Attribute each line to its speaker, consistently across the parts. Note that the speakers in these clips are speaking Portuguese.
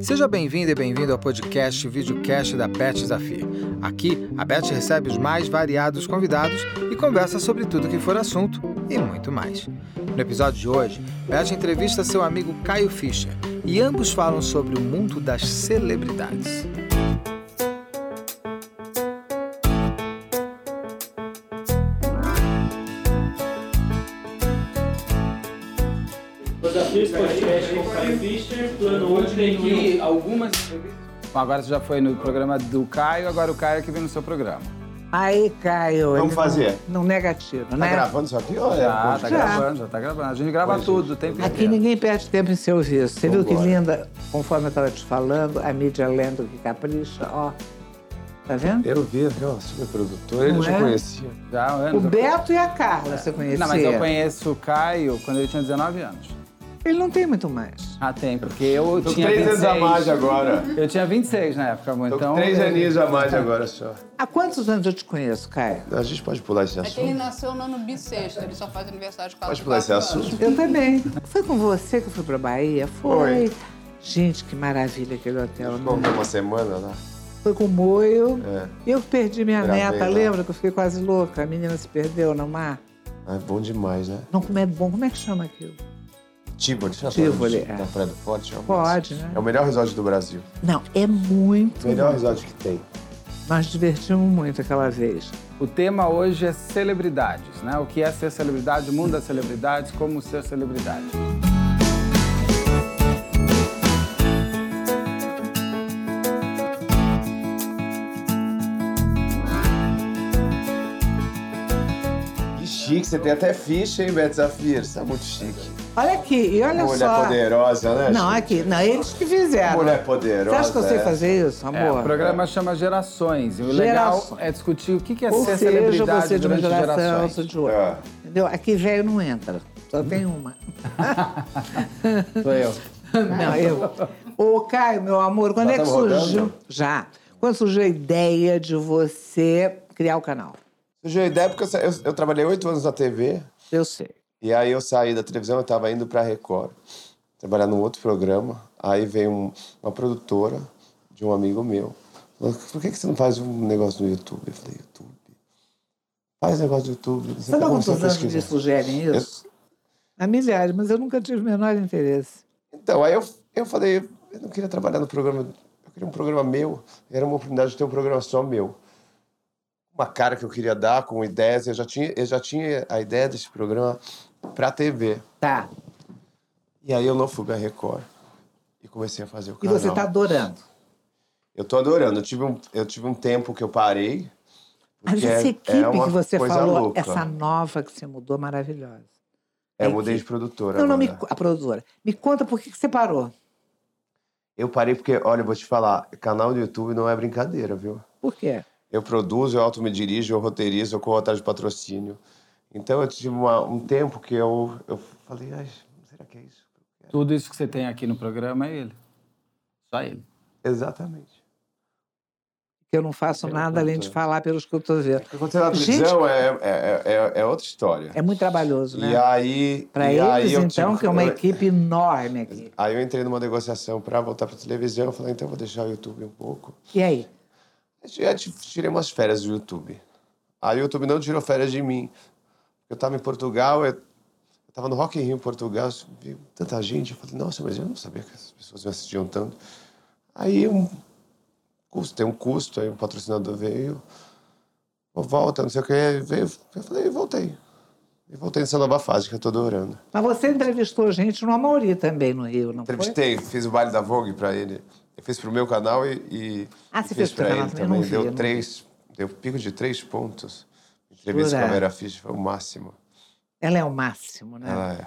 Speaker 1: Seja bem-vindo e bem-vindo ao podcast e videocast da Beth Desafio. Aqui, a Beth recebe os mais variados convidados e conversa sobre tudo que for assunto e muito mais. No episódio de hoje, Beth entrevista seu amigo Caio Fischer e ambos falam sobre o mundo das celebridades.
Speaker 2: Desafios podcast com o Caio Fischer, plano 1 de
Speaker 1: algumas. Agora você já foi no programa do Caio, agora o Caio é que vem no seu programa.
Speaker 3: Aí, Caio.
Speaker 4: Vamos
Speaker 3: ele
Speaker 4: fazer.
Speaker 3: Não, não negativo,
Speaker 4: Tá
Speaker 3: né?
Speaker 4: gravando isso aqui ou é?
Speaker 1: Ah, tá
Speaker 3: Já.
Speaker 1: gravando, já tá gravando. A gente grava
Speaker 4: Pois é.
Speaker 1: tudo, o tempo
Speaker 3: Aqui
Speaker 1: inteiro.
Speaker 3: ninguém perde tempo em seus isso. Você viu que
Speaker 4: Vambora.
Speaker 3: linda? Conforme eu estava te falando, a mídia lendo que capricha, ó. Tá vendo?
Speaker 4: Eu vi, viu? Super produtor, ele
Speaker 3: Não
Speaker 4: já
Speaker 3: é?
Speaker 4: conhecia.
Speaker 1: Já há
Speaker 3: O
Speaker 1: anos. eu-
Speaker 3: Beto e a Carla você conhecia.
Speaker 1: Não, mas eu conheço o Caio quando ele tinha 19 anos.
Speaker 3: Ele não tem muito mais.
Speaker 1: Ah, tem, porque eu
Speaker 4: Tô com
Speaker 1: tinha
Speaker 4: três
Speaker 1: 26.
Speaker 4: anos a mais agora.
Speaker 1: Eu tinha 26 na época, amor.
Speaker 4: Tô
Speaker 1: Então,
Speaker 4: com três
Speaker 3: é,
Speaker 1: eu-
Speaker 4: aninhos a mais
Speaker 3: tá.
Speaker 4: agora só.
Speaker 3: Há quantos anos eu te conheço, Caio?
Speaker 4: A gente pode pular esse
Speaker 5: É que ele
Speaker 4: assunto?
Speaker 5: nasceu no ano bissexto, ele só faz aniversário de quatro
Speaker 4: Pode pular esse
Speaker 5: quatro anos.
Speaker 4: assunto?
Speaker 3: Eu também. Foi com você que eu fui pra Bahia? Foi.
Speaker 4: Foi.
Speaker 3: Gente, que maravilha aquele hotel. né?
Speaker 4: Ficou uma semana né? lá.
Speaker 3: Foi com o Moio.
Speaker 4: É.
Speaker 3: Eu que perdi minha
Speaker 4: Gravei
Speaker 3: neta,
Speaker 4: lá.
Speaker 3: lembra que eu fiquei quase louca? A menina se perdeu no mar.
Speaker 4: Ah, É bom demais, né?
Speaker 3: Não como é bom, como é que chama aquilo?
Speaker 4: Tivoli. você já
Speaker 3: Tivoli,
Speaker 4: falou disso?
Speaker 3: é.
Speaker 4: Da Praia do Forte? chama?
Speaker 3: Pode, né?
Speaker 4: É o melhor resort do Brasil.
Speaker 3: Não, é muito.
Speaker 4: Melhor resort que tem.
Speaker 3: Nós divertimos muito aquela vez.
Speaker 1: O tema hoje é celebridades, né? O que é ser celebridade, o mundo das celebridades, como ser celebridade.
Speaker 4: Que chique, você tem até ficha, hein, Beto Zafir? Você tá muito chique.
Speaker 3: Olha aqui, e olha
Speaker 4: Mulher
Speaker 3: só.
Speaker 4: poderosa, né?
Speaker 3: Não,
Speaker 4: gente?
Speaker 3: aqui, não, eles que fizeram.
Speaker 4: Mulher
Speaker 3: Você
Speaker 4: poderosa.
Speaker 3: acha que eu sei
Speaker 4: é.
Speaker 3: fazer isso, amor?
Speaker 1: É, o programa chama Gerações. E o
Speaker 3: Gerações.
Speaker 1: legal é discutir o que é
Speaker 3: Ou
Speaker 1: ser
Speaker 3: seja,
Speaker 1: celebridade
Speaker 3: você de uma
Speaker 1: durante
Speaker 3: geração, eu
Speaker 1: gerações.
Speaker 3: sou de outra.
Speaker 4: É.
Speaker 3: Entendeu? Aqui velho não entra, só tem uma.
Speaker 1: Sou eu.
Speaker 3: Não, eu. Ô, Caio, meu amor, quando
Speaker 4: Já
Speaker 3: é que
Speaker 4: estamos
Speaker 3: surgiu?
Speaker 4: rodando?
Speaker 3: Já. Quando surgiu a ideia de você criar o canal?
Speaker 4: Surgiu a ideia porque eu, sa- eu- eu trabalhei oito anos na TV.
Speaker 3: Eu sei.
Speaker 4: E aí eu saí da televisão, eu tava indo pra Record, trabalhar num outro programa. Aí veio um- uma produtora de um amigo meu. Falou, por que, que você não faz um negócio no YouTube? Eu falei, YouTube? Faz negócio no YouTube. Você
Speaker 3: Sabe
Speaker 4: tá
Speaker 3: há
Speaker 4: começando a
Speaker 3: quantos anos
Speaker 4: pesquisar."
Speaker 3: me sugerem isso? Há milhares, mas eu nunca tive o menor interesse.
Speaker 4: Então, aí eu, eu falei, eu não queria trabalhar no programa, eu queria um programa meu. Era uma oportunidade de ter um programa só meu. Uma cara que eu queria dar, com ideias. Eu já tinha, eu já tinha a ideia desse programa pra TV.
Speaker 3: Tá.
Speaker 4: E aí eu não fui pra Record. E comecei a fazer o
Speaker 3: E
Speaker 4: canal.
Speaker 3: você tá adorando.
Speaker 4: Eu tô adorando. Eu tive um, eu tive um tempo que eu parei.
Speaker 3: Mas
Speaker 4: porque é,
Speaker 3: essa equipe
Speaker 4: uma
Speaker 3: que você
Speaker 4: coisa
Speaker 3: falou,
Speaker 4: louca.
Speaker 3: essa nova que você mudou, maravilhosa.
Speaker 4: É, eu
Speaker 3: equipe.
Speaker 4: mudei de produtora.
Speaker 3: Não, não, me,
Speaker 4: agora.
Speaker 3: a produtora. Me conta por que, que você parou.
Speaker 4: Eu parei porque, olha, eu vou te falar, canal do YouTube não é brincadeira, viu?
Speaker 3: Por quê?
Speaker 4: Eu produzo, eu auto me dirijo, eu roteirizo, eu corro atrás de patrocínio. Então eu tive uma- um tempo que eu, eu falei, ai, será que é isso?
Speaker 1: Tudo isso que você tem aqui no programa é ele. Só ele.
Speaker 4: Exatamente.
Speaker 3: Que eu não faço
Speaker 4: Eu
Speaker 3: nada além de
Speaker 4: conto.
Speaker 3: falar pelos cotovelos.
Speaker 4: O que aconteceu na
Speaker 3: Gente-
Speaker 4: televisão é, é, é- é outra história.
Speaker 3: É muito trabalhoso,
Speaker 4: E
Speaker 3: né?
Speaker 4: aí.
Speaker 3: Para
Speaker 4: e aí
Speaker 3: eles,
Speaker 4: eu
Speaker 3: então,
Speaker 4: tive-
Speaker 3: que é uma
Speaker 4: eu-
Speaker 3: equipe enorme aqui.
Speaker 4: Aí eu entrei numa negociação para voltar para televisão. Eu falei, então eu vou deixar o YouTube um pouco.
Speaker 3: E aí?
Speaker 4: Eu tirei umas férias do YouTube. Aí o YouTube não tirou férias de mim. Eu tava em Portugal, eu eu tava no Rock in Rio em Portugal, eu vi tanta gente. Eu falei, nossa, mas eu não sabia que as pessoas me assistiam tanto. Aí um custo, tem um custo, aí um patrocinador veio, "Pô, volta, não sei o que, veio. Eu falei, e voltei. E voltei nessa nova fase que eu tô adorando.
Speaker 3: Mas você entrevistou gente no Amauri também, no Rio, não foi?
Speaker 4: Entrevistei, fiz o baile da Vogue pra ele. Eu fiz pro meu canal e. e
Speaker 3: Ah,
Speaker 4: e
Speaker 3: você fez
Speaker 4: fiz
Speaker 3: pro
Speaker 4: pra
Speaker 3: canal,
Speaker 4: ele
Speaker 3: eu não
Speaker 4: também.
Speaker 3: vi, eu
Speaker 4: deu
Speaker 3: não
Speaker 4: três. Deu pico de três pontos. Entrevista
Speaker 3: Jura?
Speaker 4: com a Vera Fischer foi o máximo.
Speaker 3: Ela é o máximo, né?
Speaker 4: Ela é.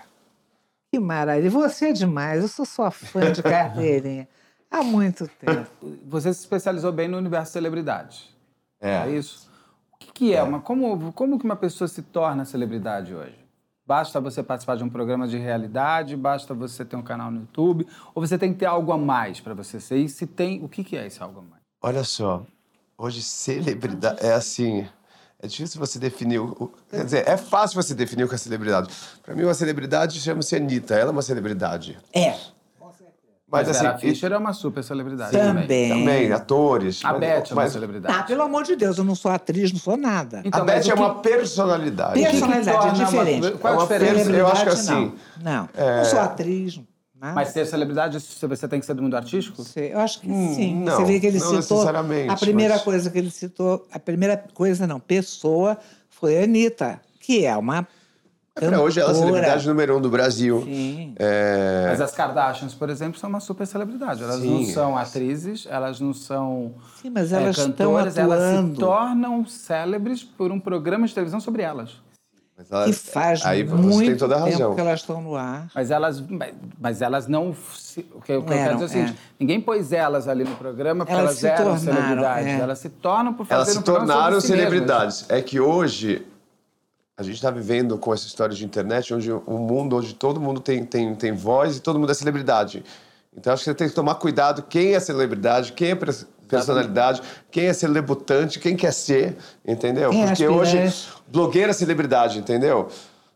Speaker 3: Que maravilha. Você é demais. Eu sou sua fã de carteirinha. Há muito tempo.
Speaker 1: Você se especializou bem no universo celebridade. É
Speaker 4: É.
Speaker 1: isso? O que, que é? Uma, como, como que uma pessoa se torna celebridade hoje? Basta você participar de um programa de realidade, basta você ter um canal no YouTube, ou você tem que ter algo a mais para você ser? E se tem, o que, que é esse algo a mais?
Speaker 4: Olha só, hoje celebridade é assim. É difícil você definir. O, o- quer dizer, é fácil você definir o que é celebridade. Pra mim, uma celebridade chama-se Anitta. Ela é uma celebridade.
Speaker 3: É.
Speaker 1: Mas,
Speaker 4: Mas assim,
Speaker 1: Vera Fischer é uma super celebridade
Speaker 3: Sim.
Speaker 1: também.
Speaker 3: Também.
Speaker 4: e- também, é atores.
Speaker 1: A
Speaker 4: mas-
Speaker 1: Beth é uma
Speaker 4: mas-
Speaker 1: celebridade.
Speaker 3: Tá, pelo amor de Deus, eu não sou atriz, não sou nada.
Speaker 1: Então,
Speaker 4: A
Speaker 1: mas
Speaker 4: Beth é
Speaker 1: o que-
Speaker 4: uma personalidade.
Speaker 1: que que
Speaker 3: Personalidade é
Speaker 1: torna uma-
Speaker 3: diferente.
Speaker 1: Qual a
Speaker 4: É uma
Speaker 1: diferença?
Speaker 4: perce- eu acho que
Speaker 3: Celebridade,
Speaker 4: assim,
Speaker 3: Não, não, não sou atriz, nada.
Speaker 1: Mas ser celebridade, se você tem que ser do mundo artístico?
Speaker 3: Não sei, Eu acho que
Speaker 4: Hum,
Speaker 3: sim.
Speaker 4: não,
Speaker 3: Você vê que ele
Speaker 4: não
Speaker 3: citou.
Speaker 4: necessariamente,
Speaker 3: a primeira
Speaker 4: mas-
Speaker 3: coisa que ele citou, a primeira coisa não, pessoa, foi a Anitta, que é uma.
Speaker 4: Pra hoje ela é a
Speaker 3: cantora.
Speaker 4: celebridade número um do Brasil.
Speaker 3: Sim.
Speaker 1: Mas as Kardashians, por exemplo, são uma super celebridade. Elas não
Speaker 4: É. Sim.
Speaker 1: são atrizes, elas não são
Speaker 3: Sim, mas
Speaker 1: é,
Speaker 3: elas estão
Speaker 1: cantoras, elas se
Speaker 3: atuando.
Speaker 1: tornam célebres por um programa de televisão sobre elas.
Speaker 4: Mas ela-
Speaker 3: E faz
Speaker 4: aí você
Speaker 3: muito
Speaker 4: tem toda a
Speaker 3: tempo
Speaker 4: razão.
Speaker 3: que elas estão no ar.
Speaker 1: Mas elas, mas- mas elas não. se- o que, o que eu quero
Speaker 3: Eram,
Speaker 1: dizer é o seguinte: ninguém pôs elas ali no programa porque
Speaker 3: Elas
Speaker 1: elas,
Speaker 3: se
Speaker 1: eram
Speaker 3: tornaram,
Speaker 1: celebridades.
Speaker 3: é.
Speaker 1: Elas se tornam por fazer
Speaker 4: Elas se
Speaker 1: um programa sobre
Speaker 4: tornaram
Speaker 1: si mesmas.
Speaker 4: celebridades. É que hoje a gente está vivendo com essa história de internet, onde o mundo, onde todo mundo tem, tem, tem voz e todo mundo é celebridade. Então acho que você tem que tomar cuidado quem é celebridade, quem é pres-
Speaker 1: Tá
Speaker 4: personalidade, quem é celebutante, quem quer ser, entendeu?
Speaker 3: Quem é
Speaker 4: Porque
Speaker 3: aspirante.
Speaker 4: hoje blogueira é celebridade, entendeu?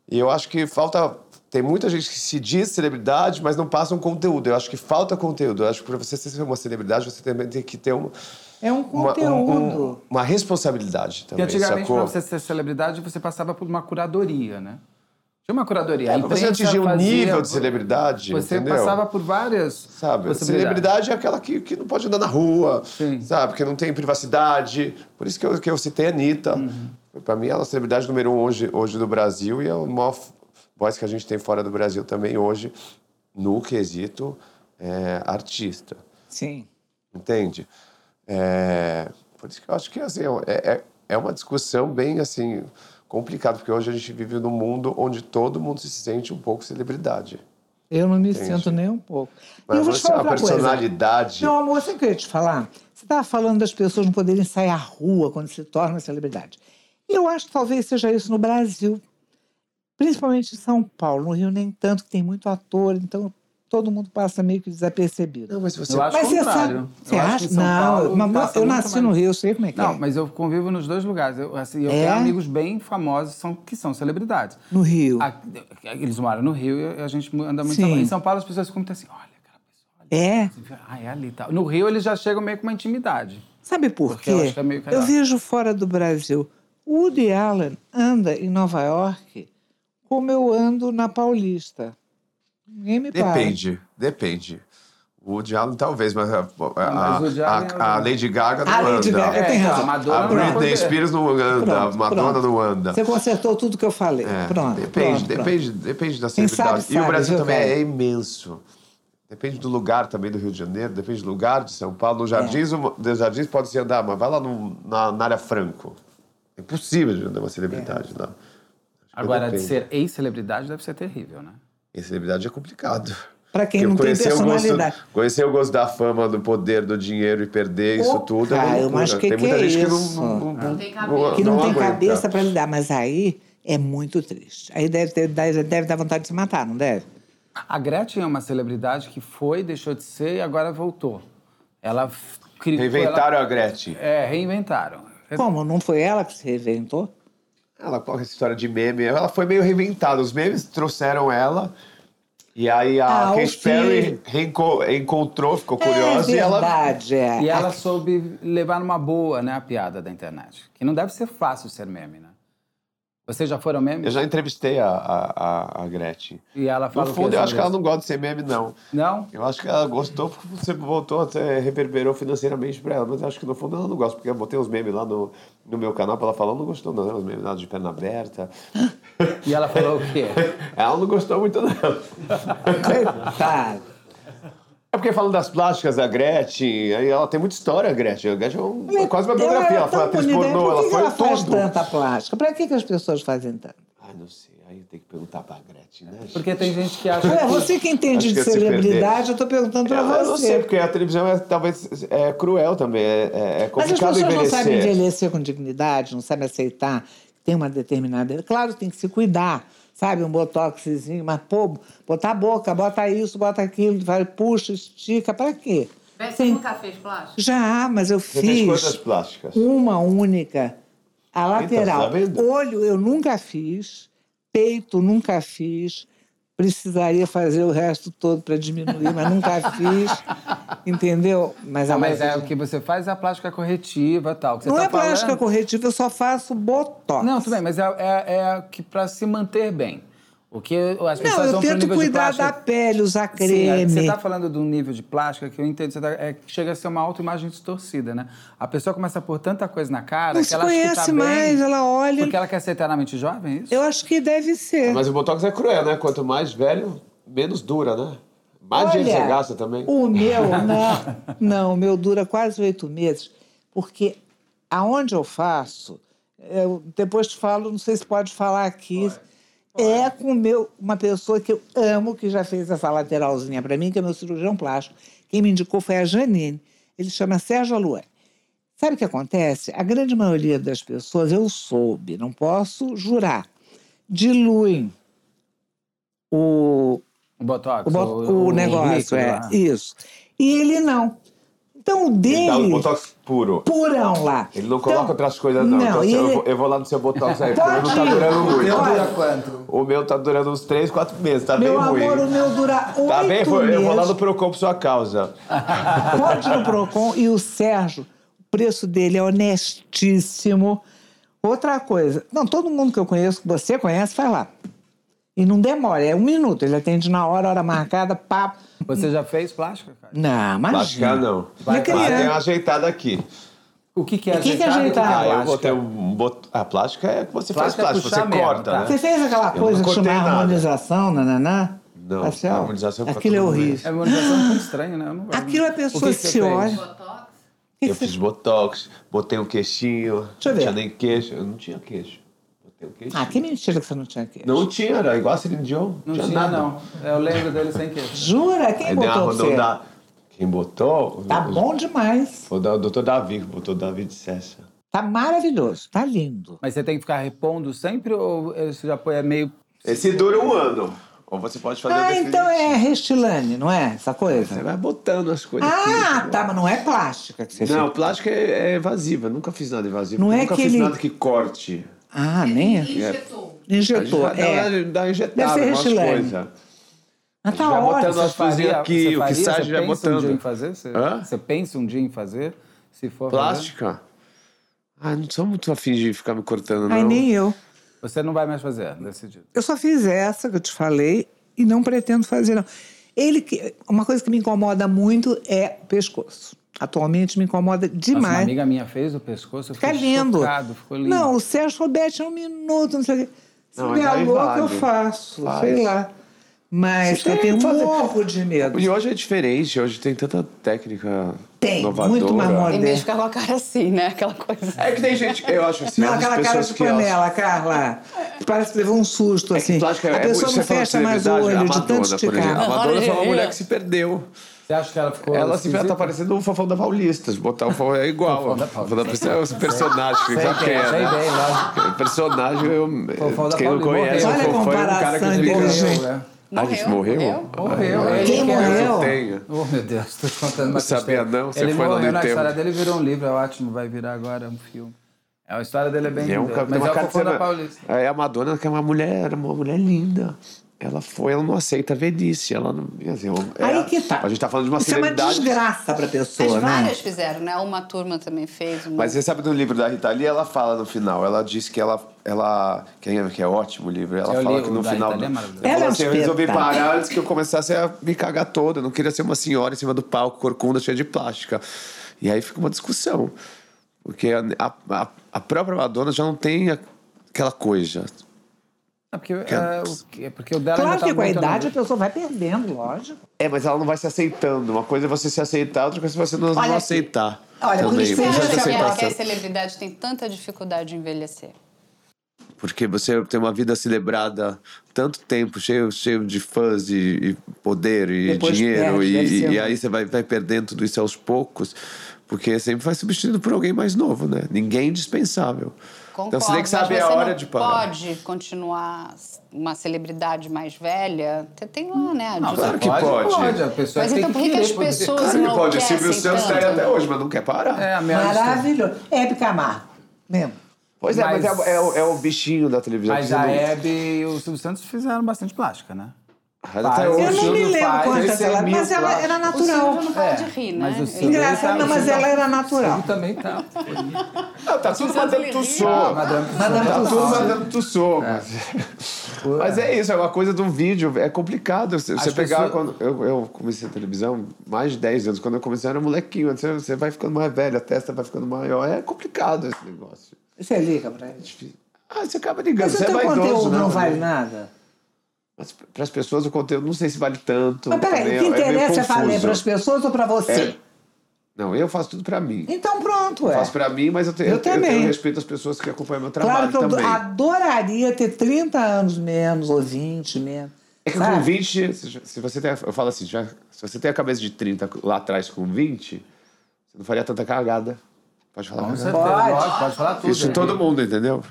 Speaker 4: E eu acho que falta. Tem muita gente que se diz celebridade, mas não passa um conteúdo. Eu acho que falta conteúdo. Eu acho que para você ser uma celebridade, você também tem que ter uma,
Speaker 3: É um
Speaker 4: uma- um-
Speaker 3: conteúdo.
Speaker 4: um- uma responsabilidade
Speaker 1: Porque
Speaker 4: também,
Speaker 1: antigamente,
Speaker 4: sacou?
Speaker 1: para você ser celebridade, você passava por uma curadoria, né? Tinha uma curadoria.
Speaker 4: É,
Speaker 1: A
Speaker 4: pra você
Speaker 1: imprensa
Speaker 4: atingir um
Speaker 1: fazia-
Speaker 4: nível de celebridade,
Speaker 1: Você
Speaker 4: entendeu?
Speaker 1: passava por várias.
Speaker 4: Sabe,
Speaker 1: possibilidades.
Speaker 4: celebridade é aquela que, que não pode andar na rua,
Speaker 1: Sim.
Speaker 4: sabe? Que não tem privacidade. Por isso que eu, que eu citei a Anitta.
Speaker 1: Uhum.
Speaker 4: Pra mim, ela é a celebridade número um hoje, hoje do Brasil e é a maior f- voz que a gente tem fora do Brasil também hoje, no quesito é, artista.
Speaker 3: Sim.
Speaker 4: Entende? É, por isso que eu acho que assim, é, é, é uma discussão bem assim complicada, porque hoje a gente vive num mundo onde todo mundo se sente um pouco celebridade.
Speaker 3: Eu não me
Speaker 4: Entendi.
Speaker 3: sinto nem um pouco.
Speaker 4: Mas
Speaker 3: e eu vou te
Speaker 4: você
Speaker 3: falar
Speaker 4: é uma
Speaker 3: outra coisa.
Speaker 4: personalidade.
Speaker 3: Não, amor, sabe o que eu ia te falar? Você estava falando das pessoas não poderem sair à rua quando se tornam celebridade. Eu acho que talvez seja isso no Brasil. Principalmente em São Paulo. No Rio nem tanto, que tem muito ator, então todo mundo passa meio que desapercebido.
Speaker 4: Não, mas você
Speaker 1: Eu acho
Speaker 3: mas
Speaker 1: o
Speaker 3: você
Speaker 1: contrário.
Speaker 3: sabe... Você
Speaker 1: Eu acho
Speaker 3: acha?
Speaker 1: que em São
Speaker 3: não,
Speaker 1: Paulo
Speaker 3: mas
Speaker 1: passa
Speaker 3: eu
Speaker 1: muito
Speaker 3: nasci
Speaker 1: mais.
Speaker 3: no Rio, eu sei como é que
Speaker 1: Não,
Speaker 3: é.
Speaker 1: mas eu convivo nos dois lugares. Eu, assim, eu
Speaker 3: É?
Speaker 1: tenho amigos bem famosos são, que são celebridades.
Speaker 3: No Rio.
Speaker 1: A- eles moram no Rio e a gente anda muito.
Speaker 3: Sim.
Speaker 1: Em São Paulo, as pessoas ficam muito assim: olha, aquela pessoa ali.
Speaker 3: É?
Speaker 1: Você vê, Ah, é ali e tal. No Rio, eles já chegam meio com uma intimidade.
Speaker 3: Sabe por
Speaker 1: Porque eu acho
Speaker 3: quê?
Speaker 1: que é meio carioca.
Speaker 3: Eu vejo fora do Brasil. O Woody Allen anda em Nova York como eu ando na Paulista. Ninguém me para.
Speaker 4: Depende, depende. O Woody Allen talvez, mas a, a,
Speaker 1: mas o Woody
Speaker 4: a-
Speaker 1: Allen é um-
Speaker 4: a Lady Gaga não
Speaker 3: A Lady
Speaker 4: anda.
Speaker 3: Gaga tem
Speaker 1: É,
Speaker 3: razão.
Speaker 1: a Madonna
Speaker 4: A
Speaker 1: Pronto.
Speaker 4: Britney Spears não anda, a
Speaker 3: Pronto,
Speaker 4: Madonna
Speaker 3: pronto.
Speaker 4: não anda.
Speaker 3: Você consertou tudo que eu falei.
Speaker 4: É,
Speaker 3: pronto.
Speaker 4: depende,
Speaker 3: Ah, pronto,
Speaker 4: depende, depende da
Speaker 3: Quem
Speaker 4: celebridade.
Speaker 3: sabe,
Speaker 4: e o
Speaker 3: sabe,
Speaker 4: Brasil
Speaker 3: viu,
Speaker 4: também
Speaker 3: velho?
Speaker 4: é imenso. Depende do lugar também do Rio de Janeiro, depende do lugar de São Paulo. Nos
Speaker 3: É.
Speaker 4: jardins, uma- nos jardins pode se andar, mas vai lá no- na, na área Franco. É impossível de andar uma celebridade
Speaker 3: É.
Speaker 4: lá.
Speaker 1: Agora, de
Speaker 4: depende.
Speaker 1: ser ex-celebridade deve ser terrível, né?
Speaker 4: E celebridade é complicado.
Speaker 3: Pra quem
Speaker 4: Porque
Speaker 3: não tem
Speaker 4: conhecer o gosto-
Speaker 3: personalidade.
Speaker 4: conhecer o gosto da fama, do poder, do dinheiro e perder isso
Speaker 3: Ô,
Speaker 4: tudo é
Speaker 3: Caio,
Speaker 4: loucura.
Speaker 3: mas que
Speaker 4: tem muita
Speaker 3: que é
Speaker 4: gente
Speaker 3: isso?
Speaker 4: que não, não, não,
Speaker 5: tem cabeça.
Speaker 3: Que não, tem
Speaker 4: aguenta.
Speaker 3: cabeça para lidar, mas aí é muito triste. Aí deve, ter- deve, deve dar vontade de se matar, não deve?
Speaker 1: A Gretchen é uma celebridade que foi, deixou de ser e agora voltou. Ela f- criou.
Speaker 4: Reinventaram
Speaker 1: ela-
Speaker 4: a Gretchen.
Speaker 1: É, reinventaram.
Speaker 3: Como? Não foi ela que se reinventou?
Speaker 4: Ela com essa história de meme, ela foi meio reinventada. Os memes trouxeram ela. E aí a
Speaker 3: Ah, o
Speaker 4: Katy Perry
Speaker 3: filho.
Speaker 4: reenco- encontrou, ficou curiosa
Speaker 3: é
Speaker 4: e ela
Speaker 3: verdade, é.
Speaker 1: E ela soube levar numa boa, né, a piada da internet. Que não deve ser fácil ser meme, né? Vocês já foram meme?
Speaker 4: eu já entrevistei a, a, a, a Gretchen.
Speaker 1: E ela
Speaker 4: No
Speaker 1: fala o quê
Speaker 4: fundo, eu acho
Speaker 1: sobre
Speaker 4: que ela não gosta de ser meme, não.
Speaker 1: isso? Não?
Speaker 4: Eu acho que ela gostou porque você voltou, até reverberou financeiramente pra ela. Mas eu acho que no fundo ela não gosta, porque eu botei uns memes lá no, no meu canal pra ela falar, ela não gostou, não. né? Os memes lá de perna aberta.
Speaker 1: E ela falou o quê?
Speaker 4: ela não gostou muito, não.
Speaker 3: Coitada.
Speaker 4: É porque falando das plásticas, a Gretchen, aí ela tem muita história, a Gretchen. A Gretchen é um- é quase uma
Speaker 3: Ela
Speaker 4: biografia.
Speaker 3: era
Speaker 4: Ela foi
Speaker 3: tão
Speaker 4: atriz
Speaker 3: bonita, né?
Speaker 4: pornô,
Speaker 3: por que
Speaker 4: ela
Speaker 3: que
Speaker 4: foi
Speaker 3: ela faz
Speaker 4: tudo.
Speaker 3: tanta plástica? Pra que, que as pessoas fazem tanto?
Speaker 4: Ai, Ah, não sei. Aí tem que perguntar pra Gretchen, né?
Speaker 1: Porque tem gente que acha
Speaker 3: Ué,
Speaker 1: que...
Speaker 3: você que entende
Speaker 4: Acho
Speaker 3: de
Speaker 4: que eu se é
Speaker 3: celebridade, eu tô perguntando pra
Speaker 4: Eu
Speaker 3: você.
Speaker 4: não sei, porque a televisão é, talvez é cruel também. É, é- é
Speaker 3: Mas as
Speaker 4: complicado
Speaker 3: pessoas não
Speaker 4: envelhecer.
Speaker 3: sabem envelhecer com dignidade, não sabem aceitar que tem uma determinada. Claro, tem que se cuidar, sabe? Um botoxzinho, mas pô, botar a boca, bota isso, bota aquilo, vai, puxa, estica, pra quê?
Speaker 5: Você
Speaker 3: Tem-
Speaker 5: nunca fez plástico?
Speaker 3: Já, mas eu
Speaker 4: Você fez quantas
Speaker 3: fiz
Speaker 4: plásticas?
Speaker 3: uma única, a
Speaker 4: Então, tá
Speaker 3: lateral.
Speaker 4: vendo?
Speaker 3: Olho eu nunca fiz, peito nunca fiz, precisaria fazer o resto todo para diminuir, mas nunca fiz, entendeu? Mas,
Speaker 1: Não, mas
Speaker 3: maioria-
Speaker 1: é o que você faz é a plástica corretiva e tal. que você
Speaker 3: Não
Speaker 1: tá
Speaker 3: é plástica
Speaker 1: falando.
Speaker 3: corretiva, eu só faço botox.
Speaker 1: Não, tudo bem, mas é, é, é que pra se manter bem. O que as
Speaker 3: Não,
Speaker 1: pessoas
Speaker 3: eu
Speaker 1: vão pro
Speaker 3: tento
Speaker 1: nível de
Speaker 3: cuidar
Speaker 1: plástica...
Speaker 3: da pele, usar
Speaker 1: Sim, é,
Speaker 3: creme.
Speaker 1: você tá falando de um nível de plástica que eu entendo, você tá, é, que chega a ser uma autoimagem distorcida, né? A pessoa começa a pôr tanta coisa na cara
Speaker 3: Não
Speaker 1: que
Speaker 3: se
Speaker 1: ela acha que tá
Speaker 3: conhece mais,
Speaker 1: bem,
Speaker 3: ela olha.
Speaker 1: Porque ela quer ser eternamente jovem, é isso?
Speaker 3: Eu acho que deve ser.
Speaker 4: Mas o Botox é cruel, né? Quanto mais velho, menos dura, né? Mais dinheiro
Speaker 3: Olha,
Speaker 4: você gasta também.
Speaker 3: O meu, não. Não, o meu dura quase oito meses, porque aonde eu faço, eu depois te falo, não sei se pode falar aqui, é com o meu, uma pessoa que eu amo, que já fez essa lateralzinha para mim, que é meu cirurgião plástico. Quem me indicou foi a Janine. Ele chama Sérgio Aluane. Sabe o que acontece? A grande maioria das pessoas, eu soube, não posso jurar, diluem o,
Speaker 1: O Botox.
Speaker 3: o, bo- o negócio,
Speaker 1: líquido
Speaker 3: é.
Speaker 1: lá.
Speaker 3: Isso. E ele não. Então o
Speaker 4: Ele dá um
Speaker 3: dele,
Speaker 4: Botox puro.
Speaker 3: purão lá.
Speaker 4: Ele não coloca
Speaker 3: Então,
Speaker 4: outras coisas, não. então,
Speaker 3: e
Speaker 4: assim, eu,
Speaker 3: ele-
Speaker 4: vou, eu vou lá no seu Botox aí, porque o meu
Speaker 3: Pode
Speaker 4: não tá
Speaker 3: ir.
Speaker 4: durando muito.
Speaker 3: Meu Olha,
Speaker 1: quanto?
Speaker 4: O meu tá durando uns 3, 4 meses, tá
Speaker 3: Meu
Speaker 4: bem ruim.
Speaker 3: amor, o meu dura oito
Speaker 4: Tá bem ruim,
Speaker 3: meses.
Speaker 4: eu vou lá no Procon por sua causa.
Speaker 3: Pode ir no Procon. E o Sérgio, o preço dele é honestíssimo. Outra coisa, não, todo mundo que eu conheço, que você conhece, vai lá. E não demora, é um minuto. Ele atende na hora, hora marcada, papo.
Speaker 1: Você já fez plástica, cara?
Speaker 3: Não,
Speaker 4: Plástica
Speaker 3: imagina.
Speaker 4: não.
Speaker 3: Vai
Speaker 4: Mas tem
Speaker 3: criar.
Speaker 4: uma ajeitada aqui.
Speaker 1: O que, que é
Speaker 3: O que que é
Speaker 1: ajeitado e o é
Speaker 3: ajeitado?
Speaker 4: Ah, eu vou
Speaker 1: plástica?
Speaker 4: ter um bot... A plástica é que você
Speaker 1: Plástica é
Speaker 4: faz
Speaker 1: puxar
Speaker 4: plástica, você
Speaker 1: mesmo,
Speaker 4: corta,
Speaker 1: tá?
Speaker 4: né?
Speaker 3: Você fez aquela
Speaker 4: não
Speaker 3: coisa que
Speaker 4: cortei
Speaker 3: chama
Speaker 4: nada.
Speaker 3: harmonização, nananã?
Speaker 4: Não,
Speaker 3: Facial?
Speaker 4: harmonização fica
Speaker 3: Aquilo é
Speaker 4: tudo
Speaker 1: É
Speaker 3: horrível.
Speaker 1: uma harmonização muito estranha, né? Eu não gosto.
Speaker 3: Aquilo a
Speaker 1: O que que você
Speaker 3: pessoa se
Speaker 1: fez?
Speaker 3: olha.
Speaker 5: Botox?
Speaker 4: Eu fiz botox, botei um queixinho.
Speaker 3: Deixa eu ver.
Speaker 4: Não tinha nem queixo. Eu não tinha queixo. Botei um queixinho.
Speaker 3: Ah, que mentira que você não tinha aqui.
Speaker 4: Não tinha, era igual a Celine Dion.
Speaker 1: Não
Speaker 4: tinha
Speaker 1: tinha,
Speaker 4: nada.
Speaker 1: não. Eu lembro dele sem queixo.
Speaker 3: Jura? Quem
Speaker 4: Aí deu uma
Speaker 3: botou você?
Speaker 4: rodada. Quem botou?
Speaker 3: Tá bom demais.
Speaker 4: Foi o doutor Davi, que botou o Davi de Cessa.
Speaker 3: Tá maravilhoso. Tá lindo.
Speaker 1: Mas você tem que ficar repondo sempre ou esse apoio é meio.
Speaker 4: Esse dura um ano. Ou você pode fazer
Speaker 3: Ah, então é Restilane, não é? Essa
Speaker 4: Você
Speaker 3: coisa?
Speaker 4: vai botando as coisas
Speaker 3: Ah,
Speaker 4: aqui.
Speaker 3: tá, mas não é plástica que você
Speaker 4: Não,
Speaker 3: fez.
Speaker 4: plástica é, é evasiva. Nunca fiz nada evasivo.
Speaker 3: Não é
Speaker 4: Nunca
Speaker 3: que
Speaker 4: fiz
Speaker 3: ele-
Speaker 4: nada que corte.
Speaker 3: Ah, nem é.
Speaker 5: Injetou.
Speaker 3: Injetor,
Speaker 4: A gente vai
Speaker 3: é.
Speaker 4: dar- Dá uma injetada,
Speaker 3: Deve
Speaker 4: umas
Speaker 3: ser Restylane.
Speaker 4: coisas.
Speaker 3: Ah, tá
Speaker 4: vai botando
Speaker 3: ótimo.
Speaker 4: as coisinhas aqui, o que sai a gente vai
Speaker 1: pensa um dia em
Speaker 4: botando.
Speaker 1: fazer? Você,
Speaker 4: Hã?
Speaker 1: você pensa um dia em fazer? Se for.
Speaker 4: Plástica? Ah, não sou muito afim de ficar me cortando, não.
Speaker 3: Ai, nem eu.
Speaker 1: fazer? Você não vai mais fazer, decidido.
Speaker 3: Eu só fiz essa que eu te falei e não pretendo fazer, não. Ele que, uma coisa que me incomoda muito é o pescoço. Atualmente me incomoda
Speaker 1: Nossa, uma
Speaker 3: demais.
Speaker 1: amiga minha fez o pescoço, eu
Speaker 3: Fica
Speaker 1: fiquei
Speaker 3: lindo.
Speaker 1: chocado, ficou lindo.
Speaker 3: Não, o Sérgio Roberto é um minuto, não sei o quê. Se
Speaker 4: Não,
Speaker 3: me
Speaker 4: mas aí
Speaker 3: alô, que eu
Speaker 4: vale.
Speaker 3: faço,
Speaker 4: Faz.
Speaker 3: sei lá. Mas
Speaker 4: Você
Speaker 3: eu tenho um
Speaker 4: tem que fazer.
Speaker 3: morro de medo.
Speaker 4: E hoje é diferente, hoje tem tanta técnica
Speaker 3: Tem,
Speaker 4: inovadora.
Speaker 3: muito mais
Speaker 5: Tem
Speaker 3: moderno.
Speaker 5: mesmo ficar com a cara assim, né? Aquela coisa.
Speaker 4: É que tem gente, eu acho assim,
Speaker 3: Não,
Speaker 4: as
Speaker 3: aquela cara
Speaker 4: pessoas
Speaker 3: de
Speaker 4: que elas-
Speaker 3: panela, Carla. que Parece que levou um susto,
Speaker 4: É que
Speaker 3: assim.
Speaker 4: plástica
Speaker 3: a
Speaker 4: é
Speaker 3: pessoa
Speaker 4: muito-
Speaker 3: não
Speaker 4: você fala de
Speaker 3: fecha mais o olho
Speaker 4: celebridade, a
Speaker 3: de tanto
Speaker 4: Madonna, por exemplo.
Speaker 3: esticar.
Speaker 4: A Madonna foi uma
Speaker 5: Olha,
Speaker 4: mulher
Speaker 5: é.
Speaker 4: que se perdeu.
Speaker 1: Você acha que ela ficou.
Speaker 4: Ela se
Speaker 1: esquisita?
Speaker 4: tá parecendo o Fofão da Paulistas. Botar o Fofão é igual.
Speaker 1: Fofão
Speaker 4: Fofão
Speaker 1: da
Speaker 4: da
Speaker 1: Paulista.
Speaker 4: Paulista é os personagens,
Speaker 1: Sei
Speaker 4: sabe quem
Speaker 1: quem é,
Speaker 4: é,
Speaker 1: sei
Speaker 4: né?
Speaker 1: bem, lógico.
Speaker 4: O Personagem, eu,
Speaker 1: Fofão da
Speaker 4: quem
Speaker 1: Paulista morreu.
Speaker 4: não conhece o
Speaker 3: Olha a
Speaker 4: Fofão é um cara que
Speaker 3: comparação
Speaker 4: fica-
Speaker 3: inteligente.
Speaker 1: Morreu, né?
Speaker 4: Ah, a gente
Speaker 5: Morreu,
Speaker 4: morreu?
Speaker 1: Morreu.
Speaker 4: Ah,
Speaker 1: ele
Speaker 3: Quem
Speaker 1: que
Speaker 4: eu
Speaker 1: era-
Speaker 3: morreu?
Speaker 4: tenho.
Speaker 1: Oh, meu Deus, tô te contando uma
Speaker 4: Não sabia,
Speaker 1: tristeza.
Speaker 4: não? Você
Speaker 1: Ele
Speaker 4: foi lá
Speaker 1: morreu,
Speaker 4: no
Speaker 1: não, a
Speaker 4: tempo.
Speaker 1: história dele virou um livro, é ótimo, vai virar agora um filme. É, A história dele é bem
Speaker 4: E é um
Speaker 1: linda,
Speaker 4: cara
Speaker 1: mas é o
Speaker 4: cara
Speaker 1: Fofão
Speaker 4: de ser-
Speaker 1: da Paulista.
Speaker 4: Aí a Madonna, que é uma mulher, era uma mulher linda. Ela foi, ela não aceita a velhice. Ela não. quer dizer, é-
Speaker 3: Aí que tá.
Speaker 4: A gente tá falando de uma
Speaker 3: Isso é uma
Speaker 4: celebridade.
Speaker 3: desgraça pra
Speaker 5: Mas
Speaker 3: pessoa, né?
Speaker 5: várias fizeram, né? Uma turma também fez. Uma...
Speaker 4: Mas você sabe do livro da Rita Lee, ela fala no final, ela diz que ela, ela que é, que é ótimo o livro, ela
Speaker 1: Eu
Speaker 4: fala
Speaker 1: li
Speaker 4: que
Speaker 1: o
Speaker 4: no
Speaker 1: da
Speaker 4: final,
Speaker 1: Rita Lee, é
Speaker 4: do-
Speaker 1: maravilhoso.
Speaker 4: ela
Speaker 3: Ela é
Speaker 4: falou
Speaker 3: um
Speaker 4: assim, eu resolvi
Speaker 3: espetáculo.
Speaker 4: parar antes que eu começasse a me cagar toda, eu não queria ser uma senhora em cima do palco, corcunda cheia de plástica. E aí fica uma discussão, porque a, a, a própria Madonna já não tem a- aquela coisa.
Speaker 1: É porque, é, o que- é porque o dela
Speaker 3: Claro
Speaker 1: ainda
Speaker 3: que
Speaker 1: tá
Speaker 3: com a
Speaker 1: muito
Speaker 3: idade a
Speaker 1: novo.
Speaker 3: pessoa vai perdendo, lógico.
Speaker 4: É, mas ela não vai se aceitando. Uma coisa é você se aceitar, outra coisa é você não, não
Speaker 3: Olha aqui.
Speaker 4: aceitar.
Speaker 3: Olha, por
Speaker 4: também.
Speaker 3: isso que
Speaker 5: Você
Speaker 4: Não
Speaker 3: eu
Speaker 4: sei
Speaker 3: acho
Speaker 4: se
Speaker 5: acha que, a-
Speaker 4: aceitação.
Speaker 5: que as celebridades têm tanta dificuldade de envelhecer?
Speaker 4: Porque você tem uma vida celebrada tanto tempo, cheio, cheio de fãs e, e poder e
Speaker 3: Depois
Speaker 4: dinheiro,
Speaker 3: perde, deve
Speaker 4: e,
Speaker 3: ser
Speaker 4: e
Speaker 3: um-
Speaker 4: aí você vai, vai perdendo tudo isso aos poucos, porque sempre vai substituindo por alguém mais novo, né? Ninguém é indispensável. então você tem que
Speaker 5: mas
Speaker 4: saber a
Speaker 5: você
Speaker 4: hora
Speaker 5: não
Speaker 4: de parar.
Speaker 5: pode continuar uma celebridade mais velha? Você tem lá, né? a dificuldade.
Speaker 4: claro que pode.
Speaker 1: pode. A pessoa
Speaker 5: Mas
Speaker 1: tem
Speaker 5: então por que, que as
Speaker 1: querer poder.
Speaker 5: pessoas
Speaker 4: Claro que pode, o
Speaker 5: enlouquecem
Speaker 4: Silvio Santos tá aí
Speaker 5: tanto?
Speaker 4: até hoje, mas não quer parar.
Speaker 1: É, a minha
Speaker 3: Maravilhoso. Hebe Camargo. Mesmo.
Speaker 4: Pois é, mas,
Speaker 1: Mas-
Speaker 4: é, o- é o- é o bichinho da televisão. que
Speaker 1: Mas
Speaker 4: você
Speaker 1: a
Speaker 4: não-
Speaker 1: Hebe e o Silvio Santos fizeram bastante plástica, né?
Speaker 4: Rádio até hoje.
Speaker 3: Eu não me
Speaker 1: Júlio
Speaker 3: lembro
Speaker 1: faz,
Speaker 3: quantas
Speaker 1: esse é
Speaker 3: ela,
Speaker 1: mil,
Speaker 3: mas ela
Speaker 1: eu
Speaker 3: era
Speaker 1: acho.
Speaker 5: O Silvio
Speaker 3: natural.
Speaker 5: não para
Speaker 1: É,
Speaker 5: de rir, né?
Speaker 1: mas o
Speaker 5: Ele-
Speaker 1: Silvio-
Speaker 3: Engraçado, não, mas ela era natural.
Speaker 1: Ele também tá.
Speaker 4: Não, tá tudo Madame
Speaker 1: Ah,
Speaker 4: Tussauds.
Speaker 1: Madame Tussauds.
Speaker 3: Madame
Speaker 4: Tá tudo
Speaker 3: Tussauds.
Speaker 4: Madame
Speaker 3: É.
Speaker 4: Tussauds. Mas é isso, é uma coisa de um vídeo, é complicado. Você você pegar.
Speaker 1: pessoas-
Speaker 4: Quando eu, eu comecei a televisão mais de 10 anos. Quando eu comecei, eu era molequinho. Você, você vai ficando mais velho, a testa vai ficando maior. É complicado esse negócio.
Speaker 3: Você liga pra ele.
Speaker 4: Ah, você acaba ligando.
Speaker 3: Mas o
Speaker 4: Você é
Speaker 3: teu
Speaker 4: vaidoso,
Speaker 3: conteúdo
Speaker 4: né?
Speaker 3: não vale nada.
Speaker 4: Mas para as pessoas, o conteúdo não sei se vale tanto.
Speaker 3: Mas peraí,
Speaker 4: também
Speaker 3: o que
Speaker 4: é- é meio
Speaker 3: interessa é valer
Speaker 4: confuso.
Speaker 3: para as pessoas ou para você?
Speaker 4: Não, eu faço tudo pra mim.
Speaker 3: Então pronto, é.
Speaker 4: Faço pra mim, mas eu, tenho,
Speaker 3: Eu
Speaker 4: eu, tenho-
Speaker 3: também.
Speaker 4: eu respeito as pessoas que acompanham meu
Speaker 3: Claro
Speaker 4: trabalho
Speaker 3: que eu Ah,
Speaker 4: também.
Speaker 3: adoraria ter 30 anos menos, ou 20 menos.
Speaker 4: É que com
Speaker 3: sabe?
Speaker 4: 20, se já- se você tem, a- eu falo assim, já, se você tem a cabeça de 30 lá atrás com 20, você não faria tanta cagada. Pode falar.
Speaker 1: Com
Speaker 4: cagada.
Speaker 1: certeza,
Speaker 3: Pode.
Speaker 1: lógico, pode falar tudo.
Speaker 4: Isso
Speaker 1: né?
Speaker 4: todo mundo, entendeu?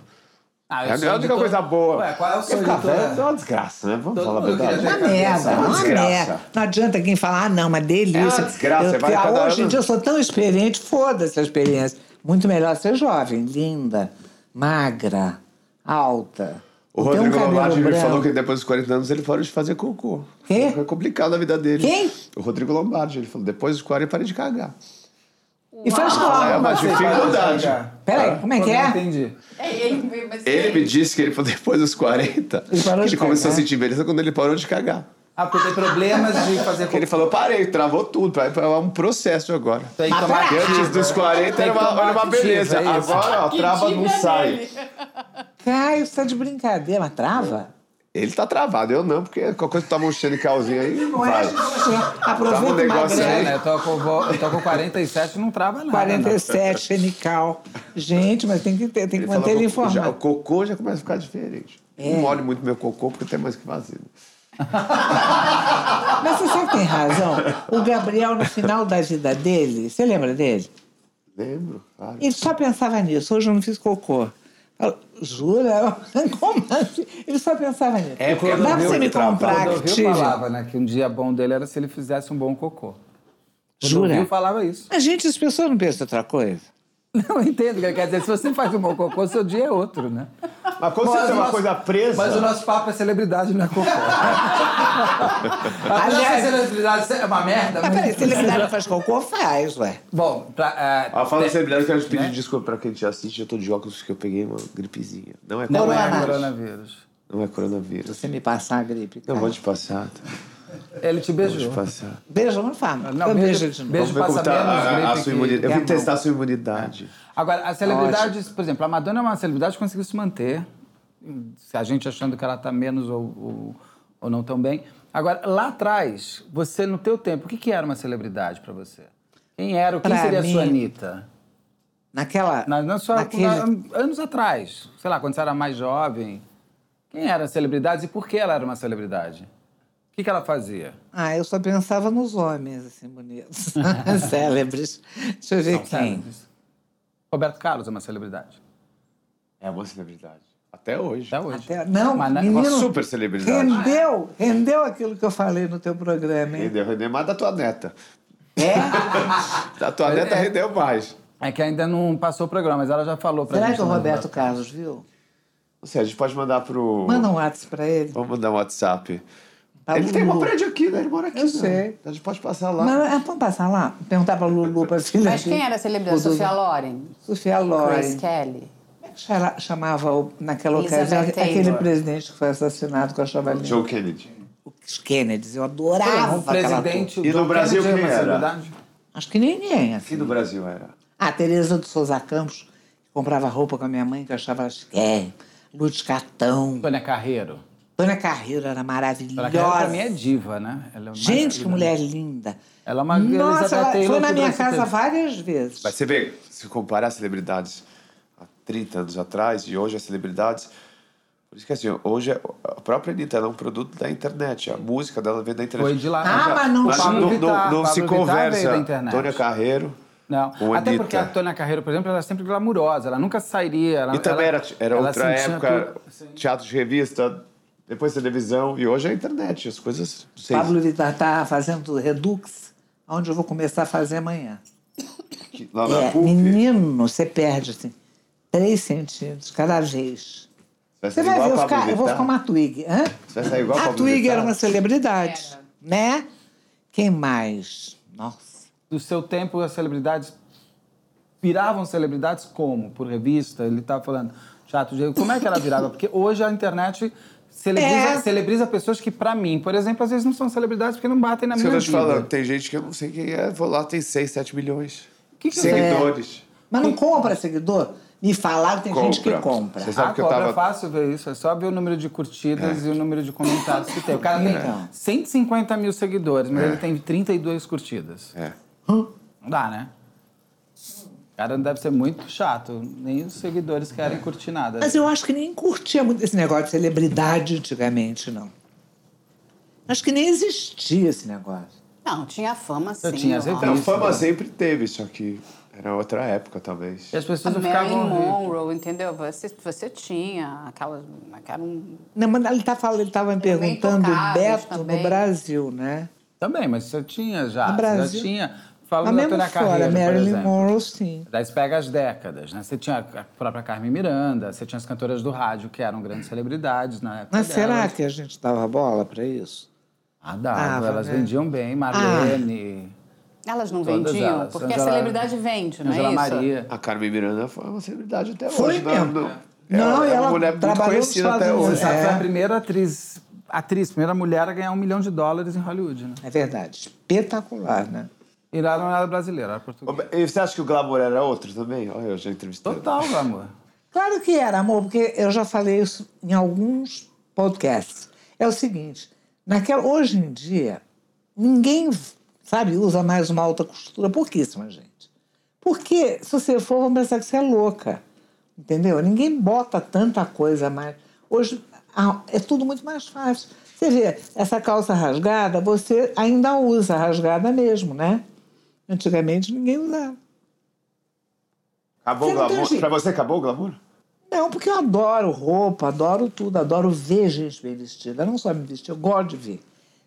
Speaker 1: Ah, eu
Speaker 4: É a
Speaker 1: sou
Speaker 4: única
Speaker 1: editor-
Speaker 4: coisa boa.
Speaker 1: Ué, qual é o
Speaker 4: Porque
Speaker 1: seu
Speaker 4: ficar velho é
Speaker 1: editor?
Speaker 4: uma desgraça, né? Vamos
Speaker 1: Todo
Speaker 4: falar a
Speaker 1: mundo
Speaker 4: verdade.
Speaker 1: queria
Speaker 3: Uma
Speaker 1: ter
Speaker 3: merda,
Speaker 4: é uma
Speaker 3: É, uma
Speaker 4: desgraça.
Speaker 3: merda. Não adianta quem falar, ah, não, uma delícia.
Speaker 4: É uma desgraça,
Speaker 3: eu,
Speaker 4: vai
Speaker 3: ah,
Speaker 4: cada
Speaker 3: hoje em
Speaker 4: ano-
Speaker 3: dia eu sou tão experiente, foda-se a experiência. Muito melhor ser jovem, linda, magra, alta.
Speaker 4: O
Speaker 3: ter
Speaker 4: Rodrigo Lombardi me
Speaker 3: um branco.
Speaker 4: falou que depois dos 40 anos ele parou de fazer cocô.
Speaker 3: Quê?
Speaker 4: É complicado a vida dele.
Speaker 3: Quem?
Speaker 4: O Rodrigo Lombardi. Ele falou, depois dos 40 eu parei de cagar.
Speaker 3: E faz
Speaker 1: Ah,
Speaker 4: é
Speaker 3: como?
Speaker 4: uma dificuldade.
Speaker 3: Peraí, como é que
Speaker 1: Eu
Speaker 3: é?
Speaker 1: não entendi.
Speaker 5: É, ele, mas
Speaker 4: Ele me disse que ele falou depois dos 40
Speaker 3: Ele parou
Speaker 4: que
Speaker 3: de
Speaker 4: ele começou a
Speaker 3: cagar.
Speaker 4: sentir beleza quando ele parou de cagar.
Speaker 1: Ah, porque tem problemas de fazer
Speaker 4: Ele falou, parei, travou tudo. É um processo agora.
Speaker 1: Tem
Speaker 3: tá
Speaker 1: que tomar
Speaker 4: Porque antes
Speaker 3: né?
Speaker 4: dos 40 era uma, era uma
Speaker 3: é
Speaker 4: beleza. Agora, ó, trava não sai.
Speaker 3: Caio, você tá de brincadeira, mas trava?
Speaker 4: Ele tá travado, eu não, porque qualquer coisa que toma um xenicalzinho aí, vai.
Speaker 3: é?
Speaker 4: Tava
Speaker 3: Aproveita
Speaker 4: um
Speaker 3: o
Speaker 4: negócio
Speaker 3: magrelo.
Speaker 4: aí.
Speaker 1: É, né? Eu tô com, vo- eu tô com 47 não trava nada. né?
Speaker 3: 47, Xenical. Gente, mas tem que, ter, tem que manter ele
Speaker 4: falou, já- o
Speaker 3: informado. É.
Speaker 4: cocô já começa a ficar diferente. Não molho muito meu cocô, porque tem mais que vazio.
Speaker 3: Mas você sabe que tem razão? O Gabriel, no final da vida dele, você lembra dele?
Speaker 4: Lembro, claro.
Speaker 3: Ele só pensava nisso. Hoje eu não fiz cocô. Eu, Jura? Como assim? Ele só pensava nisso.
Speaker 4: É, porque
Speaker 3: Dá pra
Speaker 4: eu
Speaker 3: você me
Speaker 4: trabalho.
Speaker 1: Não. O
Speaker 3: comprar
Speaker 1: Clodovil
Speaker 3: Active?
Speaker 1: falava, né, que um dia bom dele era se ele fizesse um bom cocô.
Speaker 3: Jura?
Speaker 1: Clodovil falava isso.
Speaker 3: Mas, gente, as pessoas não pensam outra coisa.
Speaker 1: Não eu entendo o que ele quer dizer. Se você faz um bom cocô, seu dia é outro, né?
Speaker 4: Mas quando você
Speaker 1: Mas
Speaker 4: tem
Speaker 1: o
Speaker 4: uma
Speaker 1: nosso-
Speaker 4: coisa presa.
Speaker 1: Mas o nosso papo é celebridade, não é cocô. Aliás,
Speaker 3: Aliás-
Speaker 1: celebridade é uma merda.
Speaker 3: Mas
Speaker 1: mas-
Speaker 3: peraí, se ele não faz cocô, faz, ué.
Speaker 1: Bom, pra, é,
Speaker 4: Ah, fala
Speaker 1: tem-
Speaker 4: de celebridade, eu quero te pedir desculpa pra quem te assiste. Eu tô de óculos que eu peguei uma gripezinha. Não é
Speaker 1: Não
Speaker 4: coronavírus.
Speaker 1: é coronavírus.
Speaker 4: Não é coronavírus.
Speaker 3: Você me passar a gripe.
Speaker 4: Eu
Speaker 3: cara.
Speaker 4: vou te passar. tá?
Speaker 1: Ele te
Speaker 4: Vou te
Speaker 1: beijou.
Speaker 4: passar.
Speaker 3: Beijo, não fala.
Speaker 1: Não,
Speaker 3: eu
Speaker 1: beijo-
Speaker 3: beijo de novo.
Speaker 1: beijo-
Speaker 4: Vamos ver
Speaker 1: passa
Speaker 4: como tá
Speaker 1: menos
Speaker 4: a, a
Speaker 1: gripe
Speaker 4: sua
Speaker 1: que-
Speaker 4: imunidade. Eu
Speaker 1: que a
Speaker 4: vim
Speaker 1: mão.
Speaker 4: testar a sua imunidade.
Speaker 1: Agora, as celebridades, por exemplo, a Madonna é uma celebridade que conseguiu se manter, se a gente achando que ela está menos ou, ou, ou não tão bem. Agora, lá atrás, você, no teu tempo, o que, que era uma celebridade para você? Quem era, quem
Speaker 3: Pra
Speaker 1: seria a sua
Speaker 3: mim-
Speaker 1: Anitta?
Speaker 3: Naquela.
Speaker 1: Na, na sua,
Speaker 3: naquele-
Speaker 1: na- anos atrás, sei lá, quando você era mais jovem, quem era a celebridade e por que ela era uma celebridade? O que, que ela fazia?
Speaker 3: Ah, eu só pensava nos homens, assim, bonitos. Célebres. Deixa eu ver quem.
Speaker 1: Celebres. Roberto Carlos é uma celebridade.
Speaker 4: É uma celebridade. Até hoje.
Speaker 1: Até hoje.
Speaker 3: Até- não,
Speaker 1: Mas né, na-
Speaker 4: Uma
Speaker 3: menino,
Speaker 4: super celebridade.
Speaker 3: rendeu, rendeu aquilo que eu falei no teu programa, hein?
Speaker 4: Rendeu, rendeu mais da tua neta.
Speaker 3: É?
Speaker 4: Da tua neta rendeu mais.
Speaker 1: É que ainda não passou o programa, mas ela já falou pra
Speaker 3: Será
Speaker 1: gente.
Speaker 3: que é o
Speaker 1: né?
Speaker 3: Roberto Carlos viu?
Speaker 4: Não sei, a gente pode mandar pro.
Speaker 3: Manda um WhatsApp pra ele.
Speaker 4: Vamos mandar um WhatsApp.
Speaker 3: Pra
Speaker 4: ele tem
Speaker 3: Lulu.
Speaker 4: um prédio aqui, né? Ele mora aqui.
Speaker 3: Eu
Speaker 4: né?
Speaker 3: sei.
Speaker 4: A gente pode passar lá.
Speaker 3: Mas, ah, vamos passar lá? Perguntar pra Lulu, pra filha
Speaker 5: Mas quem era a celebridade? Sofia
Speaker 4: né?
Speaker 5: Loren?
Speaker 3: Sofia
Speaker 5: Grace
Speaker 3: Loren.
Speaker 5: Kelly?
Speaker 3: Como é que ela chamava o- naquela
Speaker 5: Elizabeth
Speaker 3: ocasião aquele
Speaker 5: Taylor.
Speaker 3: presidente que foi assassinado com a chavalinha?
Speaker 4: John Kennedy.
Speaker 3: Os Kennedys, eu adorava
Speaker 1: Um
Speaker 3: aquela
Speaker 1: presidente.
Speaker 4: E
Speaker 1: o
Speaker 4: no
Speaker 1: John
Speaker 4: Brasil,
Speaker 1: Kennedy
Speaker 4: quem
Speaker 1: é uma
Speaker 4: era?
Speaker 1: celebridade?
Speaker 3: turma. Acho que ninguém, assim.
Speaker 4: Aqui do Brasil era.
Speaker 3: A Tereza de Souza Campos, que comprava roupa com a minha mãe, que eu achava chique. Lutz Catão.
Speaker 1: Tônia Carreiro.
Speaker 3: Tônia Carreiro era
Speaker 1: Ela Carreiro pra
Speaker 3: maravilhosa.
Speaker 1: mim é diva, né? Ela é mais
Speaker 3: Gente, que
Speaker 1: linda.
Speaker 3: mulher linda.
Speaker 1: Ela é uma Elizabeth
Speaker 3: Nossa, ela
Speaker 1: Taylor
Speaker 3: foi na
Speaker 1: que
Speaker 3: minha
Speaker 1: Grace
Speaker 3: casa
Speaker 1: Kelly.
Speaker 3: várias vezes.
Speaker 4: Mas você vê, se comparar celebridades há 30 anos atrás e hoje as celebridades. Por isso que assim, hoje a própria Anitta ela é um produto da internet. A música dela vem da internet.
Speaker 1: Foi de lá.
Speaker 3: Ah, mas não-
Speaker 4: Mas
Speaker 1: Pablo
Speaker 4: não, não-
Speaker 1: Vittar-
Speaker 4: não se
Speaker 1: Pablo Vittar veio da
Speaker 4: conversa.
Speaker 1: internet.
Speaker 4: Antônio Carreiro.
Speaker 1: Não.
Speaker 4: com
Speaker 1: Até
Speaker 4: Anitta.
Speaker 1: porque a Tônia Carreiro, por exemplo, ela é sempre glamurosa, ela nunca sairia. Ela,
Speaker 4: E também
Speaker 1: ela-
Speaker 4: era, era
Speaker 1: ela
Speaker 4: outra
Speaker 1: sentia
Speaker 4: época,
Speaker 1: tudo. Sim.
Speaker 4: teatro de revista, depois televisão, e hoje é a internet, as coisas... não sei,
Speaker 3: Pablo Vittar está fazendo Redux, onde eu vou começar a fazer amanhã.
Speaker 4: que lá na
Speaker 3: É,
Speaker 4: PUC,
Speaker 3: menino, você perde assim, 3 centímetros cada vez.
Speaker 4: vai
Speaker 3: Você
Speaker 4: sair
Speaker 3: vai
Speaker 4: igual
Speaker 3: ver, eu,
Speaker 4: a
Speaker 3: ficar-
Speaker 4: Pablo
Speaker 3: eu vou
Speaker 4: Vittar?
Speaker 3: ficar uma Twig. Hã?
Speaker 4: Você vai sair igual a
Speaker 3: a
Speaker 4: Pablo
Speaker 3: Twig
Speaker 4: Vittar?
Speaker 3: era uma celebridade, né? Quem mais? Nossa.
Speaker 1: Do seu tempo, as celebridades viravam celebridades como? Por revista? Ele estava falando teatro de... Como é que ela virava? Porque hoje a internet celebriza,
Speaker 3: É.
Speaker 1: celebriza pessoas que, pra mim, por exemplo, às vezes não são celebridades porque não
Speaker 3: Ah,
Speaker 1: batem na
Speaker 4: Isso que eu
Speaker 1: minha
Speaker 4: tô te
Speaker 1: vida.
Speaker 4: falando, tem gente que eu não sei quem é, vou lá, tem 6, 7 milhões.
Speaker 1: que que eu-
Speaker 3: é?
Speaker 4: Seguidores.
Speaker 3: Mas não compra seguidor? Me falaram que tem gente que compra.
Speaker 4: Você sabe
Speaker 1: ah,
Speaker 4: que eu
Speaker 1: cobra, é
Speaker 4: tava. É.
Speaker 1: fácil ver isso. É só ver o número de curtidas e o número de comentários que tem. O cara tem
Speaker 3: Então.
Speaker 1: 150 mil seguidores, mas ele tem 32 curtidas.
Speaker 4: É.
Speaker 1: Não dá, né? O cara deve ser muito chato. Nem os seguidores querem curtir nada.
Speaker 3: Mas eu acho que nem curtia muito esse negócio de celebridade antigamente, não. Acho que nem existia esse negócio.
Speaker 5: Não, tinha fama sim.
Speaker 1: Eu tinha as
Speaker 5: ó.
Speaker 4: Não,
Speaker 1: revistas.
Speaker 4: fama sempre teve, só que era outra época, talvez.
Speaker 1: E as
Speaker 5: A
Speaker 1: pessoas não
Speaker 5: Marilyn
Speaker 1: ficavam.
Speaker 5: Monroe, entendeu? Você, você tinha aquela, aquela um-
Speaker 3: Não, mas ele estava ele tava me perguntando o
Speaker 5: tocáveis
Speaker 3: Beto
Speaker 5: também.
Speaker 3: no Brasil, né?
Speaker 1: Também, mas você tinha já.
Speaker 3: No
Speaker 1: você
Speaker 3: Brasil.
Speaker 1: Já tinha.
Speaker 3: Mas
Speaker 1: Falando da
Speaker 3: mesmo
Speaker 1: Tônia
Speaker 3: fora,
Speaker 1: Carreira, por
Speaker 3: Marilyn
Speaker 1: exemplo.
Speaker 3: Monroe, sim.
Speaker 1: Daí você pega as décadas, né? Você tinha a própria Carmen Miranda, você tinha as cantoras do rádio, que eram grandes celebridades na época
Speaker 3: Mas será
Speaker 1: delas.
Speaker 3: que a gente dava bola para isso?
Speaker 1: Ah, dava.
Speaker 3: Dava,
Speaker 1: elas
Speaker 3: né?
Speaker 1: vendiam bem. Marlene,
Speaker 3: Ah.
Speaker 5: Elas não
Speaker 1: Todas
Speaker 5: vendiam?
Speaker 1: elas.
Speaker 5: Porque
Speaker 1: Angela-
Speaker 5: a celebridade vende, não
Speaker 1: Angela
Speaker 5: é isso?
Speaker 1: Maria.
Speaker 4: A Carmen Miranda foi uma celebridade até
Speaker 3: Foi
Speaker 4: hoje. né?
Speaker 3: mesmo.
Speaker 4: Não,
Speaker 3: Não,
Speaker 4: é
Speaker 3: ela
Speaker 4: uma mulher muito
Speaker 3: trabalhou nos
Speaker 4: conhecida até
Speaker 1: Você
Speaker 3: Estados Unidos.
Speaker 4: hoje.
Speaker 1: sabe,
Speaker 3: É.
Speaker 1: foi a primeira atriz, atriz, primeira mulher a ganhar um milhão de dólares em Hollywood, né?
Speaker 3: É verdade. Espetacular, né?
Speaker 1: E lá não era brasileira, era portuguesa.
Speaker 4: E você acha que o glamour era outro também? Olha, eu já entrevistei.
Speaker 1: Total, meu amor.
Speaker 3: Claro que era, amor, porque eu já falei isso em alguns podcasts. É o seguinte, naquela, hoje em dia, ninguém, sabe, usa mais uma alta costura, pouquíssima gente. Porque se você for, vão pensar que você é louca, entendeu? Ninguém bota tanta coisa mais. Hoje a- é tudo muito mais fácil. Você vê, essa calça rasgada, você ainda usa rasgada mesmo, né? Antigamente ninguém usava.
Speaker 4: Acabou o
Speaker 3: Você não tem
Speaker 4: glamour?
Speaker 3: jeito.
Speaker 4: Pra você acabou o glamour?
Speaker 3: Não, porque eu adoro roupa, adoro tudo, adoro ver gente bem vestida. Não só me vestir, eu gosto de ver.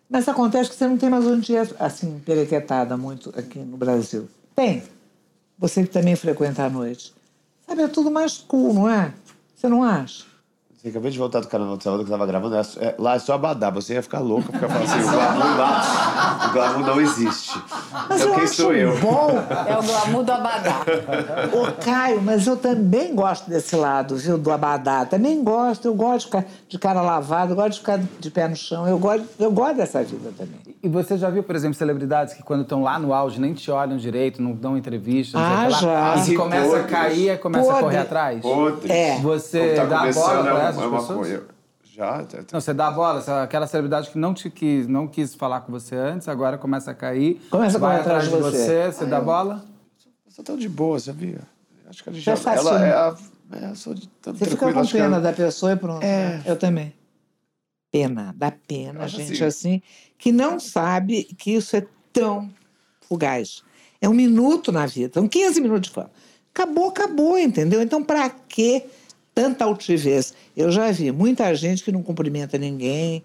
Speaker 3: Mas acontece que você não tem mais onde ir, assim, perequetada muito aqui no Brasil. Tem. Você que também frequenta à noite. Sabe, é tudo mais cool, não é? Você não acha?
Speaker 4: Você acabei de voltar do carnaval de Salvador que eu tava gravando. é- é- lá é só abadá, você ia ficar louca, porque eu falo assim, o glamour lá, o glamour não existe.
Speaker 3: Mas
Speaker 4: então
Speaker 3: eu
Speaker 4: quem
Speaker 3: acho
Speaker 4: sou eu?
Speaker 3: bom.
Speaker 5: É o glamour do abadá.
Speaker 3: Ô, Caio, mas eu também gosto desse lado, viu, do abadá. Também gosto. Eu gosto de ficar de cara lavada, eu gosto de ficar de pé no chão. Eu gosto, eu gosto dessa vida também.
Speaker 1: E você já viu, por exemplo, celebridades que quando estão lá no auge nem te olham direito, não dão entrevista, não
Speaker 3: Ah,
Speaker 1: sei o que lá.
Speaker 3: já.
Speaker 1: E se
Speaker 4: Sim,
Speaker 1: começa a
Speaker 4: podres.
Speaker 1: cair, começa a correr
Speaker 3: Podre.
Speaker 1: atrás.
Speaker 4: Podres.
Speaker 3: É.
Speaker 1: Você
Speaker 4: Quando
Speaker 1: dá
Speaker 4: tá
Speaker 1: a bola
Speaker 4: começando, é
Speaker 1: pra
Speaker 4: uma-
Speaker 1: essas
Speaker 4: é uma
Speaker 1: pessoas?
Speaker 4: coisa. Já, tá- tá-
Speaker 1: Não, você dá a bola, essa- aquela celebridade que não te quis, não quis falar com você antes, agora começa a cair.
Speaker 3: Começa a
Speaker 1: vai
Speaker 3: correr
Speaker 1: atrás
Speaker 3: atrás
Speaker 1: de
Speaker 3: de
Speaker 1: você, você dá a bola.
Speaker 4: Eu sou tão de boa, sabia? Acho que a gente
Speaker 3: Já
Speaker 4: já.
Speaker 3: é fácil,
Speaker 4: ela
Speaker 3: né?
Speaker 4: é a. É, eu sou de tão
Speaker 3: Você fica
Speaker 4: tranquilo,
Speaker 3: com
Speaker 4: acho que
Speaker 3: pena
Speaker 4: ela-
Speaker 3: da pessoa e pronto. né?
Speaker 4: É.
Speaker 3: Eu também. Pena, dá pena,
Speaker 4: Acho
Speaker 3: gente,
Speaker 4: assim.
Speaker 3: assim. que não sabe que isso é tão fugaz. É um minuto na vida, são 15 minutos de fama. Acabou, acabou, entendeu? Então, pra que tanta altivez? Eu já vi muita gente que não cumprimenta ninguém,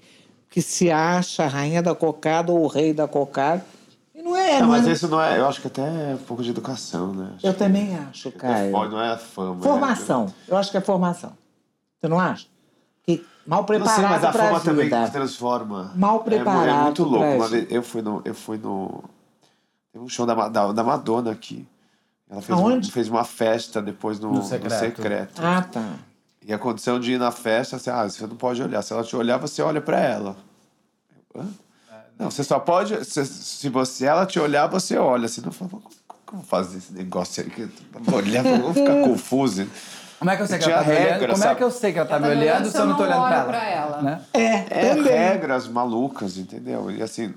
Speaker 3: que se acha a rainha da cocada ou o rei da cocada. E não é,
Speaker 4: Não,
Speaker 3: não
Speaker 4: mas
Speaker 3: é-
Speaker 4: isso não é. Eu acho que até é um pouco de educação, né? Acho
Speaker 3: Eu
Speaker 4: que-
Speaker 3: também acho,
Speaker 4: acho que até
Speaker 3: Caio.
Speaker 4: fora, Não é a fama. né?
Speaker 3: Formação. Eu acho que é formação. Você não acha? Que mal
Speaker 4: Eu Não sei, mas
Speaker 3: preparado
Speaker 4: a
Speaker 3: para
Speaker 4: fama
Speaker 3: a
Speaker 4: também
Speaker 3: vida.
Speaker 4: que transforma.
Speaker 3: Mal
Speaker 4: É mu- É,
Speaker 3: preparado
Speaker 4: muito louco.
Speaker 3: pra
Speaker 4: Uma
Speaker 3: isso.
Speaker 4: vez eu fui no. Eu fui no. Teve um show da, Ma- da, da Madonna aqui. Ela fez,
Speaker 3: Aonde?
Speaker 4: um- fez uma festa depois no,
Speaker 1: No
Speaker 4: no
Speaker 1: secreto.
Speaker 4: secreto.
Speaker 3: Ah, tá.
Speaker 4: E a condição de ir na festa, assim, ah, você não pode olhar. Se ela te olhar, você olha pra ela. Eu, hã? Não, você só pode. Se, se você ela te olhar, você olha. Senão, fala, como, como fazer esse negócio aqui? Vou olhar, vou ficar confuso.
Speaker 1: Como é que eu sei que
Speaker 4: Tinha
Speaker 1: ela tá me olhando?
Speaker 4: regra,
Speaker 1: Como é
Speaker 4: sabe?
Speaker 1: que eu sei que ela tá
Speaker 5: Ela
Speaker 1: me
Speaker 5: tá me
Speaker 1: olhando
Speaker 5: olhando
Speaker 1: se eu não tô
Speaker 5: se eu
Speaker 1: olhando
Speaker 5: não
Speaker 1: pra
Speaker 5: olho
Speaker 1: ela?
Speaker 5: pra ela.
Speaker 1: Né?
Speaker 4: É, regras malucas, entendeu? E assim.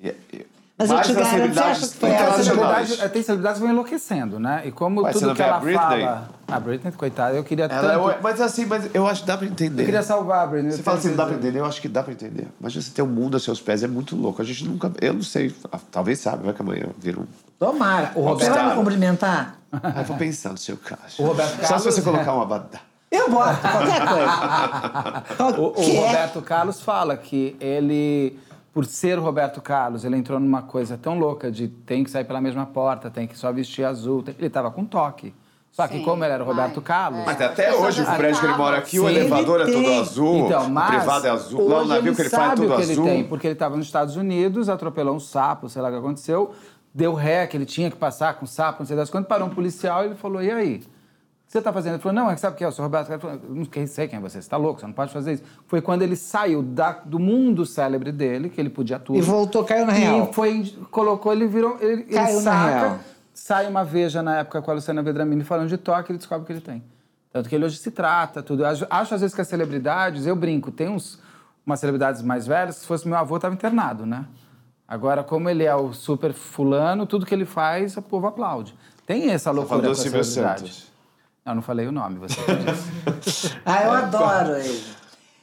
Speaker 4: e- e-
Speaker 3: Mas eu
Speaker 4: mais
Speaker 3: te
Speaker 4: nas
Speaker 3: garanto,
Speaker 4: celebridades
Speaker 3: você acha que foi
Speaker 1: Porque a
Speaker 4: internacionais.
Speaker 1: celebridade, tem celebridades que vão enlouquecendo, né? E como
Speaker 4: Ué, você
Speaker 1: tudo
Speaker 4: não
Speaker 1: que
Speaker 4: vê a
Speaker 1: ela
Speaker 4: Britney?
Speaker 1: fala. A Britney, coitada, eu queria
Speaker 4: Ela é
Speaker 1: tanto.
Speaker 4: o- mas assim, mas eu acho que dá pra entender.
Speaker 1: Eu queria salvar a Britney.
Speaker 4: Você
Speaker 1: eu
Speaker 4: fala assim,
Speaker 1: tenho
Speaker 4: não dá pra
Speaker 1: certeza.
Speaker 4: entender? Eu acho que dá pra entender. Imagina você ter o mundo aos seus pés, é muito louco. A gente nunca. Eu não sei. ah, Talvez sabe, vai que amanhã vira um.
Speaker 3: Tomara. O Roberto vai
Speaker 4: Obstáculo.
Speaker 3: me cumprimentar?
Speaker 4: Ah, eu vou pensar no seu caso.
Speaker 1: O Roberto
Speaker 4: Só se
Speaker 1: Carlos,
Speaker 4: você colocar um uma badá.
Speaker 3: Eu boto qualquer coisa.
Speaker 1: O, o
Speaker 3: Qualquer.
Speaker 1: Roberto Carlos fala que ele, por ser o Roberto Carlos, ele entrou numa coisa tão louca de tem que sair pela mesma porta, tem que só vestir azul. tem- Ele tava com toque. Só que
Speaker 5: Sim,
Speaker 1: como ele era o
Speaker 5: vai.
Speaker 1: Roberto Carlos...
Speaker 4: Mas tá até hoje, o prédio que ele mora aqui, o
Speaker 1: Sim.
Speaker 4: elevador é
Speaker 3: Ele
Speaker 4: todo
Speaker 3: tem.
Speaker 4: azul,
Speaker 1: Então, mas
Speaker 4: o privado é azul, lá o
Speaker 1: hoje
Speaker 4: navio que ele faz é
Speaker 1: sabe
Speaker 4: tudo
Speaker 1: o que
Speaker 4: azul.
Speaker 1: Ele tem, porque ele estava nos Estados Unidos, atropelou um sapo, sei lá o que aconteceu, deu ré, que ele tinha que passar com o sapo, não sei das quantas, parou um policial e ele falou, e aí? O que você está fazendo? Ele falou, não, é que sabe o que é? Eu sou Roberto Carlos. Ele falou, não quem- sei quem é você, você está louco, você não pode fazer isso. Foi quando ele saiu da- do mundo célebre dele, que ele podia tudo.
Speaker 3: E voltou, caiu na real.
Speaker 1: E foi, colocou, ele virou, ele, ele
Speaker 3: Caiu na
Speaker 1: saca,
Speaker 3: real.
Speaker 1: sai uma veja na época com a Luciana Vedramini falando de toque, ele descobre que ele tem. Tanto que ele hoje se trata, tudo. Acho, acho, às vezes que as celebridades, eu brinco, tem uns, umas celebridades mais velhas, se fosse meu avô, estava internado, né? Agora, como ele é o super fulano, tudo que ele faz, o povo aplaude. Tem essa loucura
Speaker 4: falando
Speaker 1: com
Speaker 4: do
Speaker 1: as
Speaker 4: Silvio
Speaker 1: celebridades.
Speaker 4: Santos.
Speaker 1: Eu não falei o nome, você
Speaker 3: Ah, eu adoro ele.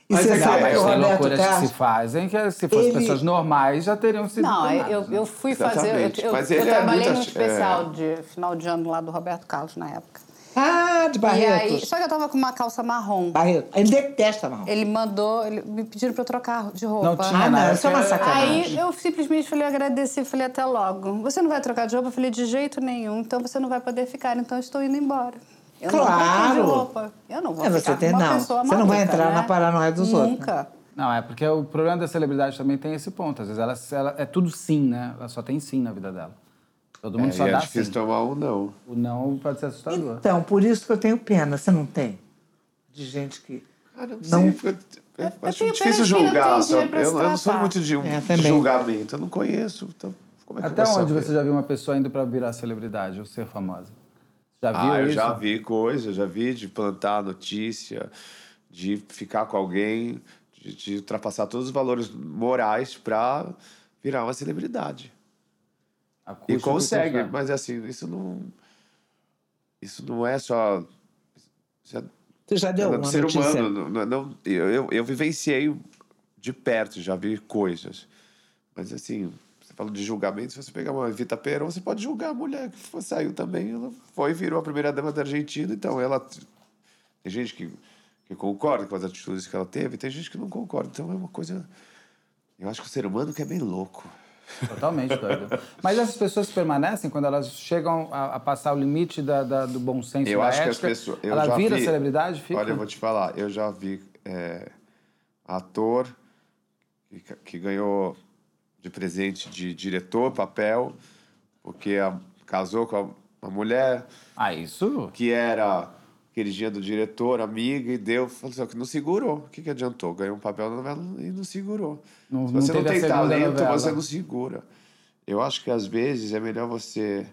Speaker 3: E
Speaker 4: Mas é
Speaker 3: você
Speaker 4: que-
Speaker 3: sabe que
Speaker 1: Mas tem
Speaker 3: o Roberto tá-
Speaker 1: loucuras que
Speaker 3: Carlos...
Speaker 1: se fazem, que é, se fossem
Speaker 3: ele-
Speaker 1: pessoas normais, já teriam sido
Speaker 5: Não,
Speaker 1: internadas,
Speaker 5: eu,
Speaker 1: né?
Speaker 5: eu fui fazer.
Speaker 4: Exatamente.
Speaker 5: Eu, eu,
Speaker 4: Mas
Speaker 5: eu
Speaker 4: ele é
Speaker 5: trabalhei
Speaker 4: muito
Speaker 5: num
Speaker 4: ach-
Speaker 5: especial de final de ano lá do Roberto Carlos na época.
Speaker 3: Ah, de
Speaker 5: E
Speaker 3: Barretos.
Speaker 5: aí, só que eu tava com uma calça marrom.
Speaker 3: Barreto. Ele detesta marrom.
Speaker 5: Ele mandou, ele, me pediram pra eu trocar de roupa.
Speaker 1: Não tinha na
Speaker 3: Ah, não,
Speaker 1: época
Speaker 3: isso é uma
Speaker 1: era-
Speaker 3: sacanagem.
Speaker 5: Aí eu simplesmente falei, agradeci, falei até logo. Você não vai trocar de roupa? Eu falei, de jeito nenhum, então você não vai poder ficar, então eu estou indo embora. Eu não vou trocar de
Speaker 3: Claro.
Speaker 5: roupa. Eu não vou
Speaker 3: É, você
Speaker 5: ficar
Speaker 3: tem-
Speaker 5: com uma
Speaker 3: não,
Speaker 5: pessoa
Speaker 3: você não vai
Speaker 5: maluca,
Speaker 3: entrar
Speaker 5: né?
Speaker 3: na paranoia dos outros, né?
Speaker 5: Nunca.
Speaker 1: Não, é porque o problema da celebridade também tem esse ponto. Às vezes ela, ela- é tudo sim, né? Ela só tem sim na vida dela. Todo mundo
Speaker 4: É,
Speaker 1: só
Speaker 4: e é
Speaker 1: dá
Speaker 4: difícil
Speaker 1: sim.
Speaker 4: tomar um não.
Speaker 1: O não pode ser assustador.
Speaker 3: Então, por isso que eu tenho pena. Você não tem? De gente que...
Speaker 4: Cara, não
Speaker 3: Não.
Speaker 4: sei. fica-
Speaker 1: É,
Speaker 4: Eu, eu acho
Speaker 5: tenho
Speaker 4: difícil
Speaker 5: pena de quem não tem
Speaker 4: julgar.
Speaker 5: dinheiro
Speaker 4: sabe?
Speaker 5: pra
Speaker 4: Eu,
Speaker 5: se
Speaker 4: eu não sou
Speaker 5: tratar.
Speaker 4: muito de,
Speaker 3: É,
Speaker 4: de
Speaker 3: também.
Speaker 4: julgamento. Eu não conheço. Então, como é que
Speaker 1: Até
Speaker 4: eu vou
Speaker 1: onde
Speaker 4: saber?
Speaker 1: você já viu uma pessoa indo pra virar celebridade ou ser famosa? Já viu
Speaker 4: Ah, eu
Speaker 1: isso?
Speaker 4: já vi coisa, eu já vi de plantar notícia, de ficar com alguém, de, de ultrapassar todos os valores morais pra virar uma celebridade.
Speaker 1: A custa
Speaker 4: E
Speaker 1: do
Speaker 4: consegue,
Speaker 1: custa.
Speaker 4: mas assim, isso não. Isso não é só. Isso é
Speaker 3: Você já deu
Speaker 4: é
Speaker 3: uma
Speaker 4: do ser
Speaker 3: notícia?
Speaker 4: humano. Não, não- não- eu, eu, eu vivenciei de perto, já vi coisas. Mas assim, você fala de julgamento, se você pegar uma Evita Perón, você pode julgar a mulher que foi- saiu também. Ela foi e virou a primeira dama da Argentina, então ela. Tem gente que, que concorda com as atitudes que ela teve, tem gente que não concorda. Então é uma coisa. Eu acho que o ser humano que é bem louco.
Speaker 1: Totalmente doido. Mas essas pessoas permanecem quando elas chegam a, a passar o limite da- da- do bom senso
Speaker 4: Eu
Speaker 1: da
Speaker 4: acho que as
Speaker 1: ética,
Speaker 4: pessoas. eu
Speaker 1: Ela
Speaker 4: já
Speaker 1: vira
Speaker 4: vi-
Speaker 1: celebridade, fica.
Speaker 4: Olha, eu vou te falar, eu já vi é, ator que, que ganhou de presente de diretor papel, porque a- casou com a, uma mulher
Speaker 1: Ah, isso?
Speaker 4: que era queridinha do diretor, amiga, e deu. Falou assim, ó, que não segurou. O que, que adiantou? Ganhou um papel na novela e não segurou.
Speaker 1: Não-
Speaker 4: Se
Speaker 1: não
Speaker 4: você não,
Speaker 1: teve a
Speaker 4: tem
Speaker 1: segunda
Speaker 4: talento,
Speaker 1: novela.
Speaker 4: você não segura. Eu acho que às vezes é melhor você.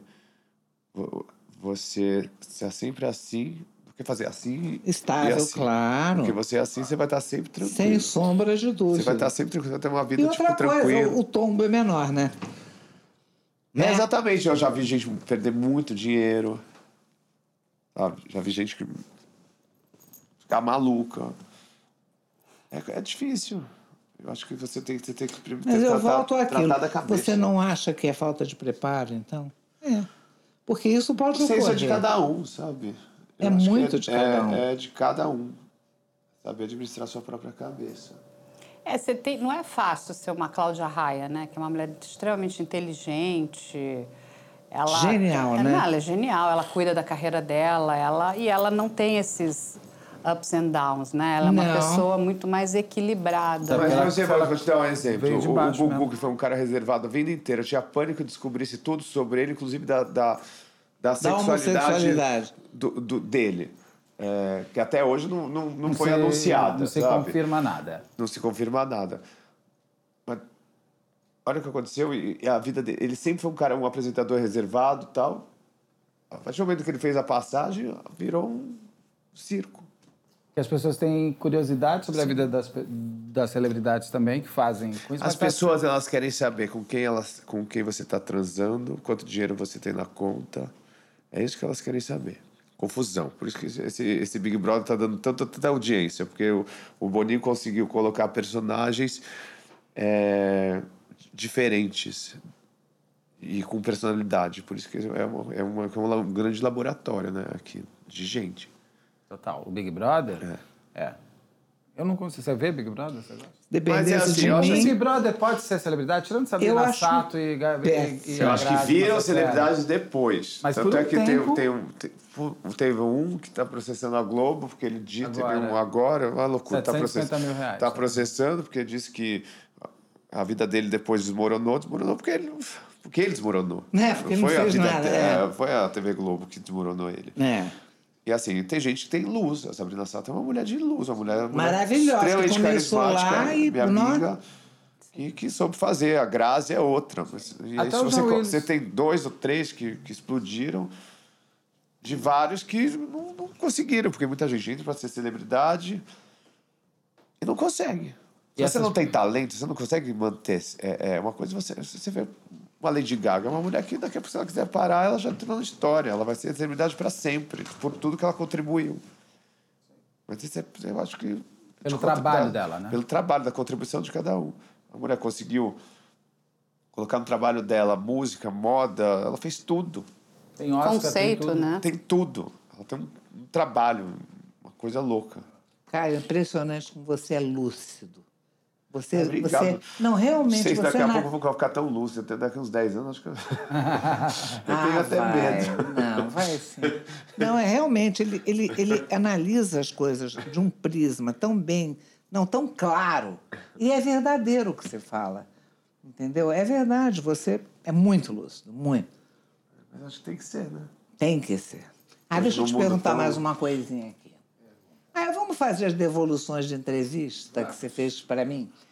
Speaker 4: vo- Você ser sempre assim do que fazer assim. e
Speaker 3: Estável,
Speaker 4: assim.
Speaker 3: claro.
Speaker 4: Porque você é assim, você vai estar sempre tranquilo.
Speaker 3: Sem sombra de dúvida.
Speaker 4: Você vai estar sempre tranquilo, você vai ter uma vida
Speaker 3: E
Speaker 4: tipo,
Speaker 3: outra
Speaker 4: tranquila.
Speaker 3: coisa, o, o tombo é menor, né?
Speaker 4: É, exatamente, eu já vi gente perder muito dinheiro. Sabe? Já vi gente que ficar maluca. É, é difícil. Eu acho que você tem, que- você tá tem que primeiro
Speaker 3: Mas eu
Speaker 4: tratar-
Speaker 3: volto àquilo.
Speaker 4: tratar da cabeça.
Speaker 3: Você não acha que é falta de preparo, então? É. Porque isso pode
Speaker 4: Não sei, isso é
Speaker 3: ocorrer.
Speaker 4: de cada um, sabe?
Speaker 3: É
Speaker 4: acho que
Speaker 3: muito de cada
Speaker 4: é-
Speaker 3: um.
Speaker 4: É de cada um. Saber administrar sua própria cabeça.
Speaker 5: É, você tem, não é fácil ser uma Cláudia Raia, né? Que é uma mulher extremamente inteligente. Ela,
Speaker 3: Genial,
Speaker 5: ela,
Speaker 3: né?
Speaker 5: Ela é genial, ela cuida da carreira dela, ela, e ela não tem esses ups and downs, né? Ela é uma
Speaker 3: Não.
Speaker 5: pessoa muito mais equilibrada.
Speaker 1: Sabe
Speaker 4: Mas
Speaker 1: Ela
Speaker 4: por exemplo,
Speaker 1: fala-
Speaker 4: vou te dar um
Speaker 1: veio
Speaker 4: exemplo.
Speaker 1: de
Speaker 4: O-
Speaker 1: baixo né?
Speaker 4: o Gugu,
Speaker 1: mesmo.
Speaker 4: que foi um cara reservado a vida inteira, tinha pânico de descobrisse tudo sobre ele, inclusive da, da, da
Speaker 3: homossexualidade.
Speaker 4: sexualidade do, do- dele. É, que até hoje não, não, não, foi
Speaker 1: se-
Speaker 4: anunciada.
Speaker 1: Não se
Speaker 4: sabe?
Speaker 1: confirma nada.
Speaker 4: Não se confirma nada. Mas olha o que aconteceu e e a vida dele. Ele sempre foi um cara, um apresentador reservado e tal. A partir do momento que ele fez a passagem, virou um circo.
Speaker 1: Que as pessoas têm curiosidade sobre a vida das, pe- das celebridades também, que fazem com isso.
Speaker 4: As
Speaker 1: mas tá-
Speaker 4: pessoas elas querem saber com quem elas, com quem você está transando, quanto dinheiro você tem na conta. É isso que elas querem saber. Confusão. Por isso que esse, esse Big Brother tá dando tanta, tanta audiência, porque o, o Boninho conseguiu colocar personagens é, diferentes e com personalidade. Por isso que é, uma, é, uma, é um la- um grande laboratório, né, aqui, de gente.
Speaker 1: Total. O Big Brother? É. Eu Eu não consigo. Você vê Big Brother? Você gosta?
Speaker 3: Dependência
Speaker 4: Mas é assim,
Speaker 3: de
Speaker 4: eu acho
Speaker 3: mim.
Speaker 4: assim-
Speaker 1: Big Brother pode ser celebridade, tirando Sabrina
Speaker 3: Eu acho
Speaker 1: Sato e Gabi.
Speaker 3: péssimo.
Speaker 4: Eu acho que viram celebridades depois.
Speaker 1: é Mas
Speaker 4: Tanto
Speaker 1: por um
Speaker 4: é que
Speaker 1: tempo-
Speaker 4: teve, teve um que está processando a Globo, porque ele disse
Speaker 1: Agora.
Speaker 4: teve um agora, uma loucura. Está
Speaker 1: 750
Speaker 4: processando,
Speaker 1: mil reais.
Speaker 4: tá processando, porque disse que a vida dele depois desmoronou. Desmoronou porque ele, porque ele desmoronou.
Speaker 3: É, porque não fez nada, é.
Speaker 4: é, Foi a TV Globo que desmoronou ele.
Speaker 3: É.
Speaker 4: E assim, tem gente que tem luz. A Sabrina Sato é uma mulher de luz, uma mulher, uma mulher
Speaker 3: Maravilhosa,
Speaker 4: extremamente
Speaker 3: que começou
Speaker 4: carismática, né?
Speaker 3: lá e,
Speaker 4: minha
Speaker 3: nó-
Speaker 4: amiga. E que soube fazer, a Grazi é outra. Mas, e aí,
Speaker 1: Até
Speaker 4: se
Speaker 1: o
Speaker 4: você,
Speaker 1: João
Speaker 4: co-
Speaker 1: Willis.
Speaker 4: você tem dois ou três que, que explodiram, de vários que não, não conseguiram, porque muita gente entra pra ser celebridade e não consegue. Se você
Speaker 1: essas-
Speaker 4: não tem talento, você não consegue manter. É, é uma coisa, você, você vê uma Lady Gaga, é uma mulher que daqui a pouco, se ela quiser parar, ela já entrou na história. Ela vai ser celebridade pra sempre, por tudo que ela contribuiu. Mas isso é, eu acho que.
Speaker 1: Pelo
Speaker 4: de
Speaker 1: trabalho
Speaker 4: contribuir-
Speaker 1: dela, né?
Speaker 4: Pelo trabalho, da contribuição de cada um. A mulher conseguiu colocar no trabalho dela música, moda, ela fez tudo.
Speaker 1: Tem Oscar, tem
Speaker 5: Conceito,
Speaker 1: tudo.
Speaker 5: né?
Speaker 4: Tem tudo. Ela tem um, um trabalho, uma coisa louca.
Speaker 3: Cara, é impressionante como você é lúcido. Você,
Speaker 4: É, Obrigado.
Speaker 3: você não realmente
Speaker 4: não sei
Speaker 3: você
Speaker 4: se daqui
Speaker 3: é
Speaker 4: a
Speaker 3: na-
Speaker 4: pouco eu vou ficar tão lúcido, até daqui uns 10 anos, acho que eu, eu
Speaker 3: Ah,
Speaker 4: tenho até
Speaker 3: vai.
Speaker 4: medo.
Speaker 3: Não, vai sim. Não, é realmente, ele, ele, ele analisa as coisas de um prisma tão bem, não tão claro. E é verdadeiro o que você fala. Entendeu? É verdade, você é muito lúcido, muito.
Speaker 4: Mas acho que tem que ser, né?
Speaker 3: Tem que ser. Ah,
Speaker 4: Mas
Speaker 3: deixa eu
Speaker 4: no
Speaker 3: te
Speaker 4: mundo
Speaker 3: perguntar
Speaker 4: todo-
Speaker 3: mais uma coisinha aqui. Ah, vamos fazer as devoluções de entrevista que você fez para mim?
Speaker 4: Ah,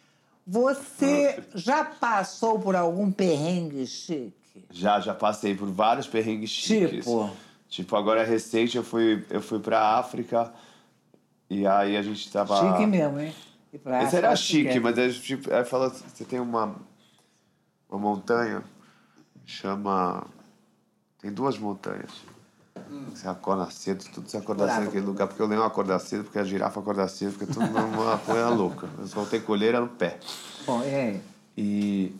Speaker 3: Você já passou por algum perrengue chique?
Speaker 4: Já, já passei por vários perrengues chiques.
Speaker 3: Tipo?
Speaker 4: Tipo, agora recente eu fui, eu fui pra África e aí a gente tava.
Speaker 3: Chique mesmo, hein? E pra-
Speaker 4: Ah.
Speaker 3: é.
Speaker 4: Esse era
Speaker 3: pra-
Speaker 4: chique, mas aí, tipo, aí fala, você tem uma, uma montanha, chama. Tem duas montanhas.
Speaker 3: Hum.
Speaker 4: Você acorda cedo, tudo se acorda
Speaker 3: Bravo.
Speaker 4: cedo naquele lugar, porque eu nem acorda cedo, porque a girafa acorda cedo, porque tudo numa coisa é louca. Eu só tenho coleira no pé.
Speaker 3: Bom, e aí?
Speaker 4: E,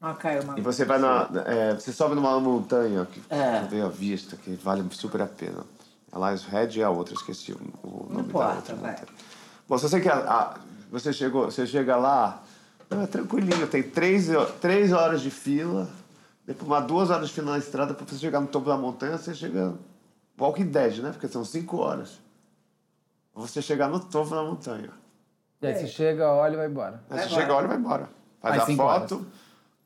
Speaker 3: Ó, caiu uma...
Speaker 4: e você vai na. é, você sobe numa montanha que
Speaker 3: É.
Speaker 4: vê a vista, que vale super a pena. A Lions Head e a outra, esqueci o, o
Speaker 3: Não
Speaker 4: nome da
Speaker 3: importa,
Speaker 4: outra.
Speaker 3: vai.
Speaker 4: Bom, se você quer. ah, você, chegou, você chega lá, não, é tranquilinho, tem três, ho- três horas de fila, depois uma duas horas de fila na estrada pra você chegar no topo da montanha, você chega. Walking Dead, né? Porque são cinco horas. Você chegar no topo da montanha.
Speaker 1: E aí você chega, olha e vai embora.
Speaker 4: Aí você chega, olha e vai embora.
Speaker 1: Faz
Speaker 4: Faz, a
Speaker 1: cinco
Speaker 4: foto,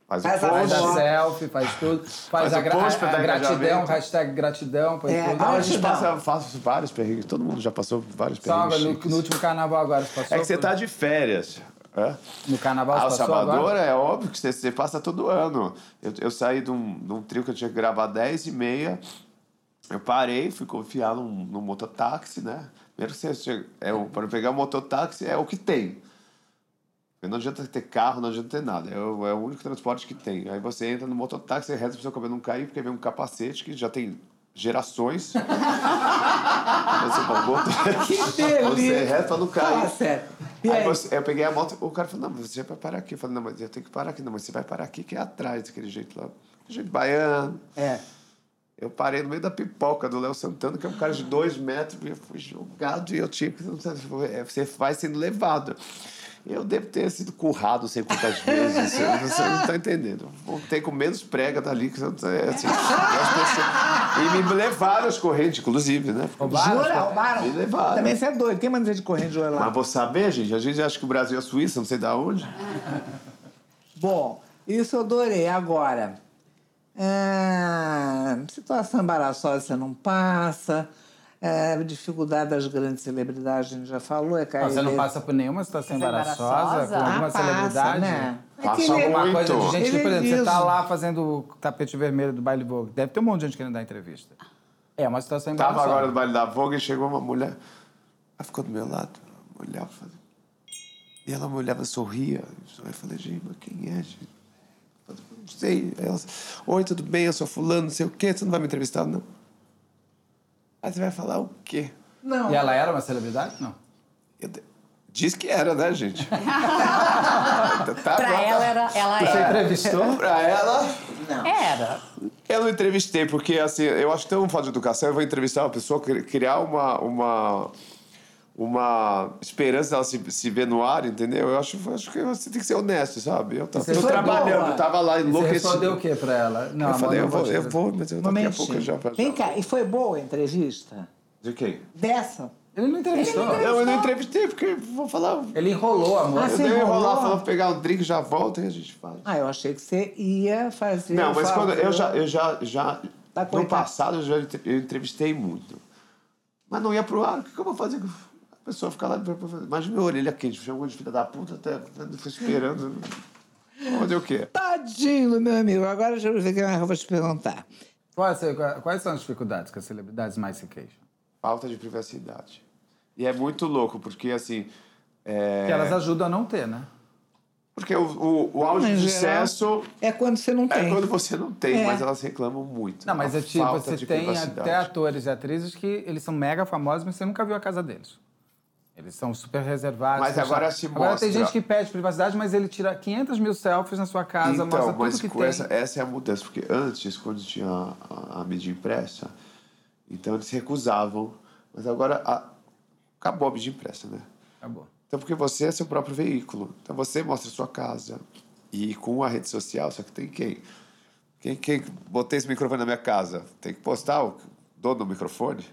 Speaker 4: faz,
Speaker 3: Faz
Speaker 4: o
Speaker 3: a
Speaker 4: post.
Speaker 1: Faz a
Speaker 3: Poxa.
Speaker 1: selfie, faz tudo. Faz,
Speaker 4: Faz
Speaker 1: a,
Speaker 4: o
Speaker 1: gra
Speaker 4: post pra
Speaker 1: a- a
Speaker 4: dar
Speaker 1: gratidão,
Speaker 4: engajamento.
Speaker 1: hashtag gratidão, põe
Speaker 3: É,
Speaker 1: tudo.
Speaker 3: dá
Speaker 4: Ah,
Speaker 3: uma
Speaker 4: a gente
Speaker 3: Gratidão.
Speaker 4: passa, eu faço vários perrengues. Todo mundo já passou por vários
Speaker 1: Salva,
Speaker 4: perrengues.
Speaker 1: no,
Speaker 4: chiques.
Speaker 1: no último carnaval agora você passou.
Speaker 4: É que você
Speaker 1: por-
Speaker 4: tá de férias. É?
Speaker 1: No carnaval
Speaker 4: Ah, o
Speaker 1: você passou
Speaker 4: Salvador
Speaker 1: agora?
Speaker 4: é óbvio que você, você passa todo ano. Eu, eu saí de um, de um trio que eu tinha que gravar 10 e meia. Eu parei, fui confiar num, num mototáxi, né? Primeiro que você chega, é o- para pegar o mototáxi é o que tem. Porque Não adianta ter carro, não adianta ter nada. É o, é o único transporte que tem. Aí você entra no mototáxi, você reza pro seu cabelo não cair, porque vem um capacete que já tem gerações. você fala, "Boto-
Speaker 3: Que
Speaker 4: Você
Speaker 3: delícia!
Speaker 4: reza pra não cair.
Speaker 3: Ah, Fala sério. E
Speaker 4: Aí
Speaker 3: aí?
Speaker 4: você- eu peguei a moto, o cara falou, não, mas você vai parar aqui. Eu falei, não, mas eu tenho que parar aqui. Não, mas você vai parar aqui, que é atrás, daquele jeito lá. Aquele jeito baiano.
Speaker 3: É.
Speaker 4: Eu parei no meio da pipoca do Léo Santana, que é um cara de dois metros, e eu fui jogado e eu tinha que... é, Você vai sendo levado. Eu devo ter sido currado sei quantas vezes, você não, você não tá entendendo. Eu Voltei com menos prega dali, que você não tá, é, assim, e as pessoas- E me levaram as correntes, inclusive, né?
Speaker 1: Roubaram?
Speaker 3: Jura? Roubaram?
Speaker 4: Me levaram.
Speaker 3: Também você é doido. Quem manda você de corrente de olho lá?
Speaker 4: Mas vou saber, gente, a gente acha que o Brasil é a Suíça, não sei de onde.
Speaker 3: Bom, isso eu adorei. Agora, é, ah, situação embaraçosa você não passa, ah, dificuldade das grandes celebridades, a gente já falou, é cair
Speaker 1: Não, você não
Speaker 3: nesse-
Speaker 1: passa por nenhuma situação
Speaker 5: Coisa
Speaker 1: embaraçosa, com
Speaker 5: embaraçosa?
Speaker 3: é Ah,
Speaker 1: alguma
Speaker 3: passa,
Speaker 1: celebridade?
Speaker 3: né? É que
Speaker 4: Passa
Speaker 3: ele- é
Speaker 1: Uma
Speaker 4: Muito.
Speaker 1: coisa de gente que, por exemplo, você tá
Speaker 3: Televiso.
Speaker 1: lá fazendo o tapete vermelho do Baile Vogue. Deve ter um monte de gente querendo dar entrevista. É uma situação
Speaker 4: Tava
Speaker 1: embaraçosa.
Speaker 4: agora no baile da Vogue e chegou uma mulher. Ela ficou do meu lado, ela me olhava e fazia- E ela me olhava, sorria. Eu falei, gente, mas quem é, gente? Eu falei, Não sei. Aí ela, oi, tudo bem? Eu sou fulano, não sei o quê. Você não vai me entrevistar, não? Aí você vai falar o quê?
Speaker 3: Não,
Speaker 1: E ela era uma celebridade? Não.
Speaker 4: Eu de- Diz que era, né, gente? tá,
Speaker 5: Pra ela, era, ela era.
Speaker 4: entrevistou? pra ela...
Speaker 5: Era.
Speaker 4: Eu não entrevistei, porque assim, eu acho tão falta de educação, eu vou entrevistar uma pessoa, cri- criar uma, uma, uma esperança dela se, se ver no ar, entendeu? Eu acho, acho que você tem que ser honesto, sabe? Eu tava
Speaker 1: Você
Speaker 4: tô
Speaker 1: respondeu,
Speaker 4: trabalhando,
Speaker 1: ué.
Speaker 4: tava lá
Speaker 1: Você respondeu
Speaker 4: enlouquecido.
Speaker 1: o que um pra ela? Não,
Speaker 4: Eu
Speaker 1: amor,
Speaker 4: falei,
Speaker 1: não
Speaker 4: eu vou,
Speaker 1: te
Speaker 4: eu
Speaker 1: responder.
Speaker 4: vou, mas eu daqui a pouco eu já... já-
Speaker 3: Vem cá, e foi boa a entrevista?
Speaker 4: De quem?
Speaker 3: Dessa?
Speaker 1: Ele não entrevistou.
Speaker 4: Não, eu não entrevistei, porque vou falar...
Speaker 1: Ele enrolou, amor.
Speaker 3: Ah,
Speaker 4: Eu
Speaker 3: Você
Speaker 4: devo enrolar,
Speaker 3: enrolou?
Speaker 4: falar, vou pegar um drink, já volto e a gente faz.
Speaker 3: Ah, eu achei que você ia fazer.
Speaker 4: Não,
Speaker 3: o
Speaker 4: mas quando
Speaker 3: favor.
Speaker 4: eu já, eu já, já
Speaker 3: Tá
Speaker 4: no
Speaker 3: coitado.
Speaker 4: passado eu já entre- eu entrevistei muito, mas não ia pro ar. O que que eu vou fazer? A pessoa fica lá, imagina minha orelha quente, chamou de filha da puta, até até fui esperando. Vou fazer o quê?
Speaker 3: Tadinho do meu amigo. Agora deixa eu ver o que eu vou te perguntar. Ah,
Speaker 1: Quais, quais são as dificuldades que as celebridades mais se queixam?
Speaker 4: Falta de privacidade. E é muito louco porque assim, é,
Speaker 1: Que elas ajudam a não ter, né?
Speaker 4: porque o, o, o auge
Speaker 3: Em
Speaker 4: de
Speaker 3: geral,
Speaker 4: sucesso
Speaker 3: É quando você não
Speaker 4: é
Speaker 3: tem.
Speaker 4: quando você não tem,
Speaker 3: É.
Speaker 4: mas elas reclamam muito.
Speaker 1: Não, mas
Speaker 4: A
Speaker 1: é tipo,
Speaker 4: falta
Speaker 1: você
Speaker 4: de
Speaker 1: tem
Speaker 4: privacidade.
Speaker 1: até atores e atrizes que eles são mega famosos, mas você nunca viu a casa deles. Eles são super reservados.
Speaker 4: Mas
Speaker 1: fechados.
Speaker 4: agora se
Speaker 1: Agora tem
Speaker 4: mostra.
Speaker 1: gente que pede privacidade, mas ele tira 500 mil selfies na sua casa, mostra
Speaker 4: Então,
Speaker 1: tudo
Speaker 4: mas
Speaker 1: que
Speaker 4: com
Speaker 1: tem.
Speaker 4: Essa, essa é a mudança, porque antes, quando tinha a, a- a mídia impressa, então eles recusavam. Mas agora a- acabou a mídia impressa, né?
Speaker 1: Acabou.
Speaker 4: Então, porque você é seu próprio veículo. Então, você mostra sua casa. E com a rede social, só que tem quem? Quem, quem botei esse microfone na minha casa? Tem que postar o dono do microfone?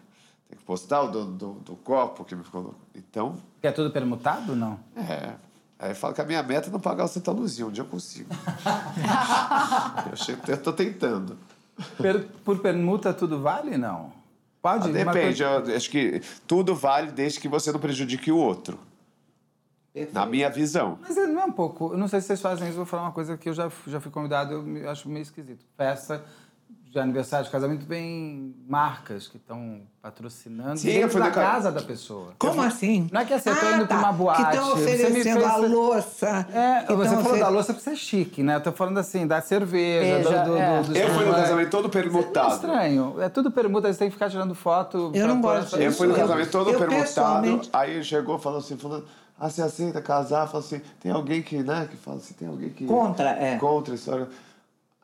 Speaker 4: Tem que postar o dono do, do copo que me ficou. Então,
Speaker 1: Que é tudo permutado? Não.
Speaker 4: é. Aí eu falo que a minha meta é não pagar o Santa Luzia, onde eu consigo. eu, chego, eu tô tentando.
Speaker 1: Per- por permuta tudo vale? Não. Pode? Uma
Speaker 4: Depende,
Speaker 1: coisa-
Speaker 4: eu acho que tudo vale desde que você não prejudique o outro. Na minha visão.
Speaker 1: Mas é- não é um pouco. Eu não sei se vocês fazem isso, vou falar uma coisa que eu já, f- já fui convidado, eu me- acho meio esquisito. Festa de aniversário de casamento vem marcas que estão patrocinando
Speaker 4: Sim, eu
Speaker 1: dentro
Speaker 4: fui
Speaker 1: da
Speaker 4: no ca-
Speaker 1: casa da pessoa.
Speaker 3: Como assim?
Speaker 1: Não é que assim, eu tô
Speaker 3: Ah,
Speaker 1: indo pra
Speaker 3: tá.
Speaker 1: uma boate.
Speaker 3: Que estão
Speaker 1: Você me
Speaker 3: oferecendo
Speaker 1: fez-
Speaker 3: a louça.
Speaker 1: É,
Speaker 3: que
Speaker 1: você
Speaker 3: tão
Speaker 1: falou
Speaker 3: ofer-
Speaker 1: da louça porque você é chique, né? Eu tô falando assim, da cerveja,
Speaker 5: Veja,
Speaker 1: do, do,
Speaker 5: é.
Speaker 1: do, dos-
Speaker 4: Eu fui no
Speaker 1: Não é-
Speaker 4: casamento todo
Speaker 1: Não é
Speaker 4: permutado.
Speaker 1: estranho. É tudo permuta, você tem que ficar tirando foto.
Speaker 3: Eu não
Speaker 1: pra-
Speaker 3: gosto
Speaker 1: pra-
Speaker 4: Eu fui no
Speaker 3: Eu-
Speaker 4: casamento todo
Speaker 3: eu
Speaker 4: permutado.
Speaker 3: pessoalmente-
Speaker 4: Aí chegou e falou assim, falando, ah, você aceita casar? Falou assim, tem alguém que, né? Que fala assim, tem alguém que.
Speaker 3: Contra, é.
Speaker 4: Contra a história.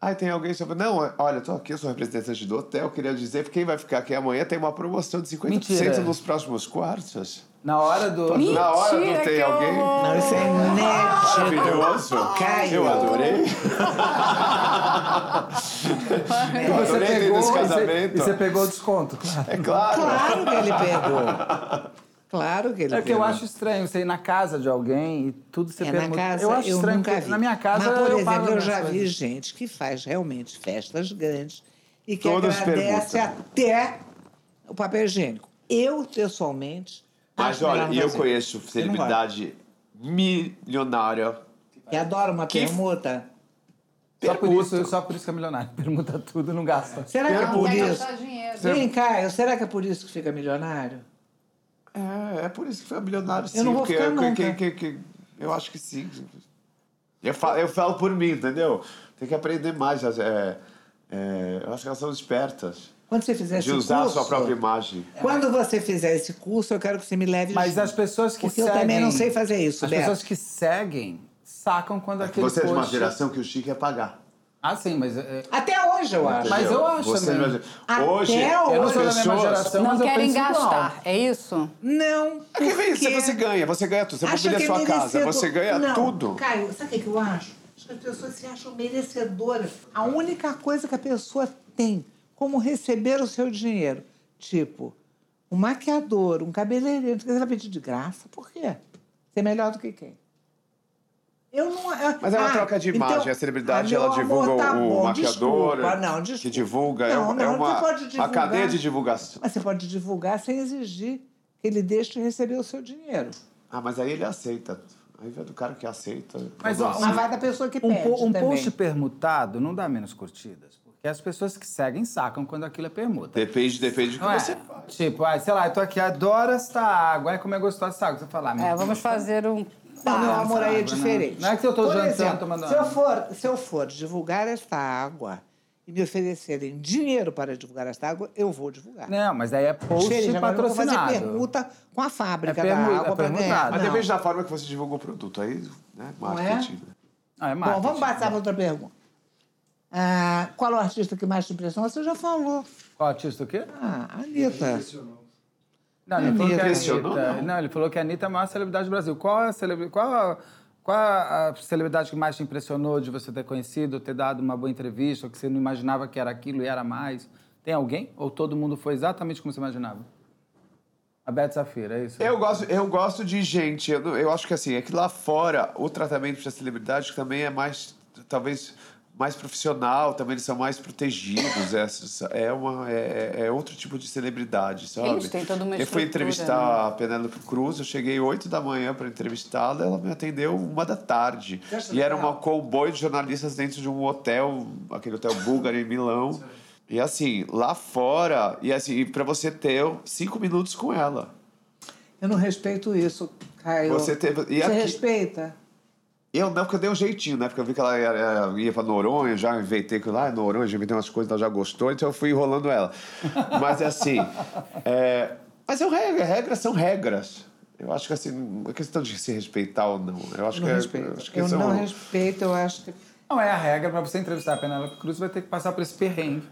Speaker 4: Aí tem alguém que fala, não, olha, eu tô aqui, eu sou representante do hotel, queria dizer que quem vai ficar aqui amanhã tem uma promoção de 50%
Speaker 1: Mentira.
Speaker 4: nos próximos quartos.
Speaker 1: Na hora do.
Speaker 4: Na hora
Speaker 5: Mentira,
Speaker 4: não tem
Speaker 5: que
Speaker 4: alguém.
Speaker 5: horror.
Speaker 3: Não, isso é net.
Speaker 4: Maravilhoso.
Speaker 3: Caio.
Speaker 4: Eu adorei.
Speaker 1: E
Speaker 4: Eu adorei ter
Speaker 1: e
Speaker 4: nesse
Speaker 1: você, e
Speaker 4: casamento.
Speaker 1: você pegou o desconto, claro.
Speaker 4: É claro.
Speaker 3: Claro que ele pegou. Claro que ele
Speaker 1: É
Speaker 3: pegou.
Speaker 1: que eu acho estranho você ir na casa de alguém e tudo ser
Speaker 3: É, na
Speaker 1: permutado.
Speaker 3: casa,
Speaker 1: eu acho estranho,
Speaker 3: nunca
Speaker 1: porque
Speaker 3: vi.
Speaker 1: na minha casa
Speaker 3: Mas, por
Speaker 1: eu pago
Speaker 3: exemplo, eu
Speaker 1: minhas
Speaker 3: já
Speaker 1: coisas.
Speaker 3: vi gente que faz realmente festas grandes e que
Speaker 4: Todas
Speaker 3: agradece
Speaker 4: perguntam.
Speaker 3: até o papel higiênico. Eu, pessoalmente,
Speaker 4: Mas
Speaker 3: acho
Speaker 4: olha,
Speaker 3: melhor
Speaker 4: eu
Speaker 3: fazer.
Speaker 4: conheço celebridade milionária.
Speaker 3: Que adora uma
Speaker 4: Que-
Speaker 3: permuta.
Speaker 1: Só por,
Speaker 4: Permuta.
Speaker 1: isso, só por isso que é milionário. Permuta tudo, não gasta.
Speaker 3: Será que é por
Speaker 5: Vai
Speaker 3: isso?
Speaker 5: gastar dinheiro.
Speaker 3: Vem cá, eu- será que é por isso que fica milionário?
Speaker 4: É, é por isso que foi milionário, sim.
Speaker 3: não vou
Speaker 4: porque
Speaker 3: ficar
Speaker 4: eu,
Speaker 3: nunca.
Speaker 4: que- que- que- eu acho que sim. Eu falo, eu falo por mim, entendeu? Tem que aprender mais. é, é, eu acho que elas são espertas
Speaker 3: Quando você fizer
Speaker 4: de
Speaker 3: esse
Speaker 4: usar a
Speaker 3: curso,
Speaker 4: sua própria imagem.
Speaker 3: Quando você fizer esse curso, eu quero que você me leve
Speaker 1: Mas
Speaker 3: junto.
Speaker 1: as pessoas que
Speaker 3: Porque eu
Speaker 1: seguem.
Speaker 3: também não sei fazer isso,
Speaker 1: As
Speaker 3: Beto.
Speaker 1: pessoas que seguem sacam quando aquele
Speaker 4: Você é de uma
Speaker 1: post-
Speaker 4: geração que o Chique ia pagar.
Speaker 1: Ah, sim, mas. é,
Speaker 3: Até hoje, eu acho.
Speaker 1: Mas eu
Speaker 4: entendeu?
Speaker 1: acho
Speaker 4: Você é de uma
Speaker 1: também.
Speaker 4: gera- Hoje,
Speaker 3: Até hoje.
Speaker 1: Eu não
Speaker 4: as
Speaker 1: sou da mesma
Speaker 4: pessoas...
Speaker 1: geração,
Speaker 5: Não
Speaker 1: mas eu
Speaker 5: querem
Speaker 1: penso igual.
Speaker 5: gastar, é isso?
Speaker 3: Não.
Speaker 4: É que vem,
Speaker 3: porque-
Speaker 4: você ganha, você ganha tudo. Você
Speaker 3: Acha
Speaker 4: mobilia
Speaker 3: que é
Speaker 4: sua casa,
Speaker 3: merecedor.
Speaker 4: você ganha
Speaker 3: Não,
Speaker 4: tudo.
Speaker 3: Caio, sabe o que que eu acho? Acho que as pessoas se acham merecedoras. A única coisa que a pessoa tem como receber o seu dinheiro, tipo, um maquiador, um cabeleireiro, você vai pedir de graça, por quê? Você é melhor do que quem? Eu não. eu-
Speaker 4: Mas é uma troca de imagem. a celebridade,
Speaker 3: ah, meu
Speaker 4: ela divulga
Speaker 3: amor, tá
Speaker 4: o
Speaker 3: bom,
Speaker 4: maquiador.
Speaker 3: Desculpa, não, desculpa.
Speaker 4: Que divulga. é
Speaker 3: Não,
Speaker 4: uma,
Speaker 3: não,
Speaker 4: é uma,
Speaker 3: você pode
Speaker 4: uma
Speaker 3: divulgar.
Speaker 4: cadeia de divulgação.
Speaker 3: Mas você pode divulgar sem exigir que ele deixe de receber o seu dinheiro.
Speaker 4: Ah, mas aí ele aceita. Aí vai do cara que aceita.
Speaker 1: Mas,
Speaker 4: Não,
Speaker 1: ó,
Speaker 4: assim,
Speaker 3: Mas vai da pessoa que
Speaker 1: Um,
Speaker 3: pede
Speaker 1: po- um
Speaker 3: também.
Speaker 1: post permutado não dá menos curtidas, porque as pessoas que seguem sacam quando aquilo é permuta.
Speaker 4: Depende, depende do que
Speaker 1: Não é?
Speaker 4: você.
Speaker 1: Tipo, ah, sei lá, eu tô aqui, adoro esta água, ai como é gostosa essa água. Você fala, ah,
Speaker 5: É,
Speaker 1: meu
Speaker 5: vamos
Speaker 1: Deus.
Speaker 5: fazer um.
Speaker 3: Não, meu amor, aí
Speaker 1: água,
Speaker 3: é
Speaker 1: não.
Speaker 3: diferente.
Speaker 1: Não é que eu tô
Speaker 3: Por
Speaker 1: jantando,
Speaker 3: exemplo,
Speaker 1: tomando
Speaker 3: se eu,
Speaker 1: água.
Speaker 3: for, se eu for divulgar esta água e me oferecerem dinheiro para divulgar esta água, eu vou divulgar.
Speaker 1: Não, mas aí é post
Speaker 3: Diferente, agora eu não vou
Speaker 1: patrocinado.
Speaker 3: fazer permuta com a fábrica
Speaker 1: É permu-
Speaker 3: da água
Speaker 1: é
Speaker 3: para ganhar.
Speaker 1: permutado.
Speaker 4: Mas
Speaker 3: Não.
Speaker 4: depende da forma que você divulga o produto. Aí, né? Marketing. né?
Speaker 1: Ah, é
Speaker 3: Bom,
Speaker 1: marketing.
Speaker 3: vamos passar para outra pergunta. Ah, qual é o artista que mais te impressionou? Você já falou.
Speaker 1: Qual artista o quê?
Speaker 3: Ah, Anitta.
Speaker 1: Não, ele falou que a
Speaker 6: Impressionou,
Speaker 1: Anitta. Não, ele falou que a Anitta é a maior celebridade do Brasil. Qual a, celebri... qual a... Qual a celebridade que mais te impressionou de você ter conhecido, ter dado uma boa entrevista, ou que você não imaginava que era aquilo e era mais? Tem alguém? Ou todo mundo foi exatamente como você imaginava? A Beth Safira, é isso?
Speaker 5: né?
Speaker 4: Eu gosto, eu gosto de gente. Eu, não- eu acho que assim, é que lá fora o tratamento para celebridade também é mais, talvez, mais profissional, também eles são mais protegidos. É, é, uma, é, é outro tipo de celebridade, sabe?
Speaker 5: Eles têm toda uma
Speaker 4: Eu fui
Speaker 5: estrutura, né?
Speaker 4: entrevistar a Penélope Cruz, eu cheguei 8 da manhã para entrevistá-la, ela me atendeu uma da tarde. E era um comboio de jornalistas dentro de um hotel, aquele hotel búlgaro em Milão. E assim, lá fora, e assim, para você ter cinco minutos com ela.
Speaker 3: Eu não respeito isso, Caio.
Speaker 4: Você teve- e
Speaker 3: Você
Speaker 4: aqui-
Speaker 3: respeita?
Speaker 4: Eu não, porque eu dei um jeitinho, né? Porque eu vi que ela era- era- ia pra Noronha, já inventei que lá, ah, Noronha, já inventei umas coisas, ela já gostou, então eu fui enrolando ela. Mas assim, é, mas eu, regra, regras são regras. Eu acho que assim, não é questão de se respeitar ou não. Eu acho
Speaker 3: Eu não
Speaker 4: que, é-
Speaker 3: respeito.
Speaker 4: acho que
Speaker 3: Eu
Speaker 4: são-
Speaker 3: não respeito, eu acho que.
Speaker 1: Não é a regra para você entrevistar a Penélope Cruz, vai ter que passar por esse perrengue.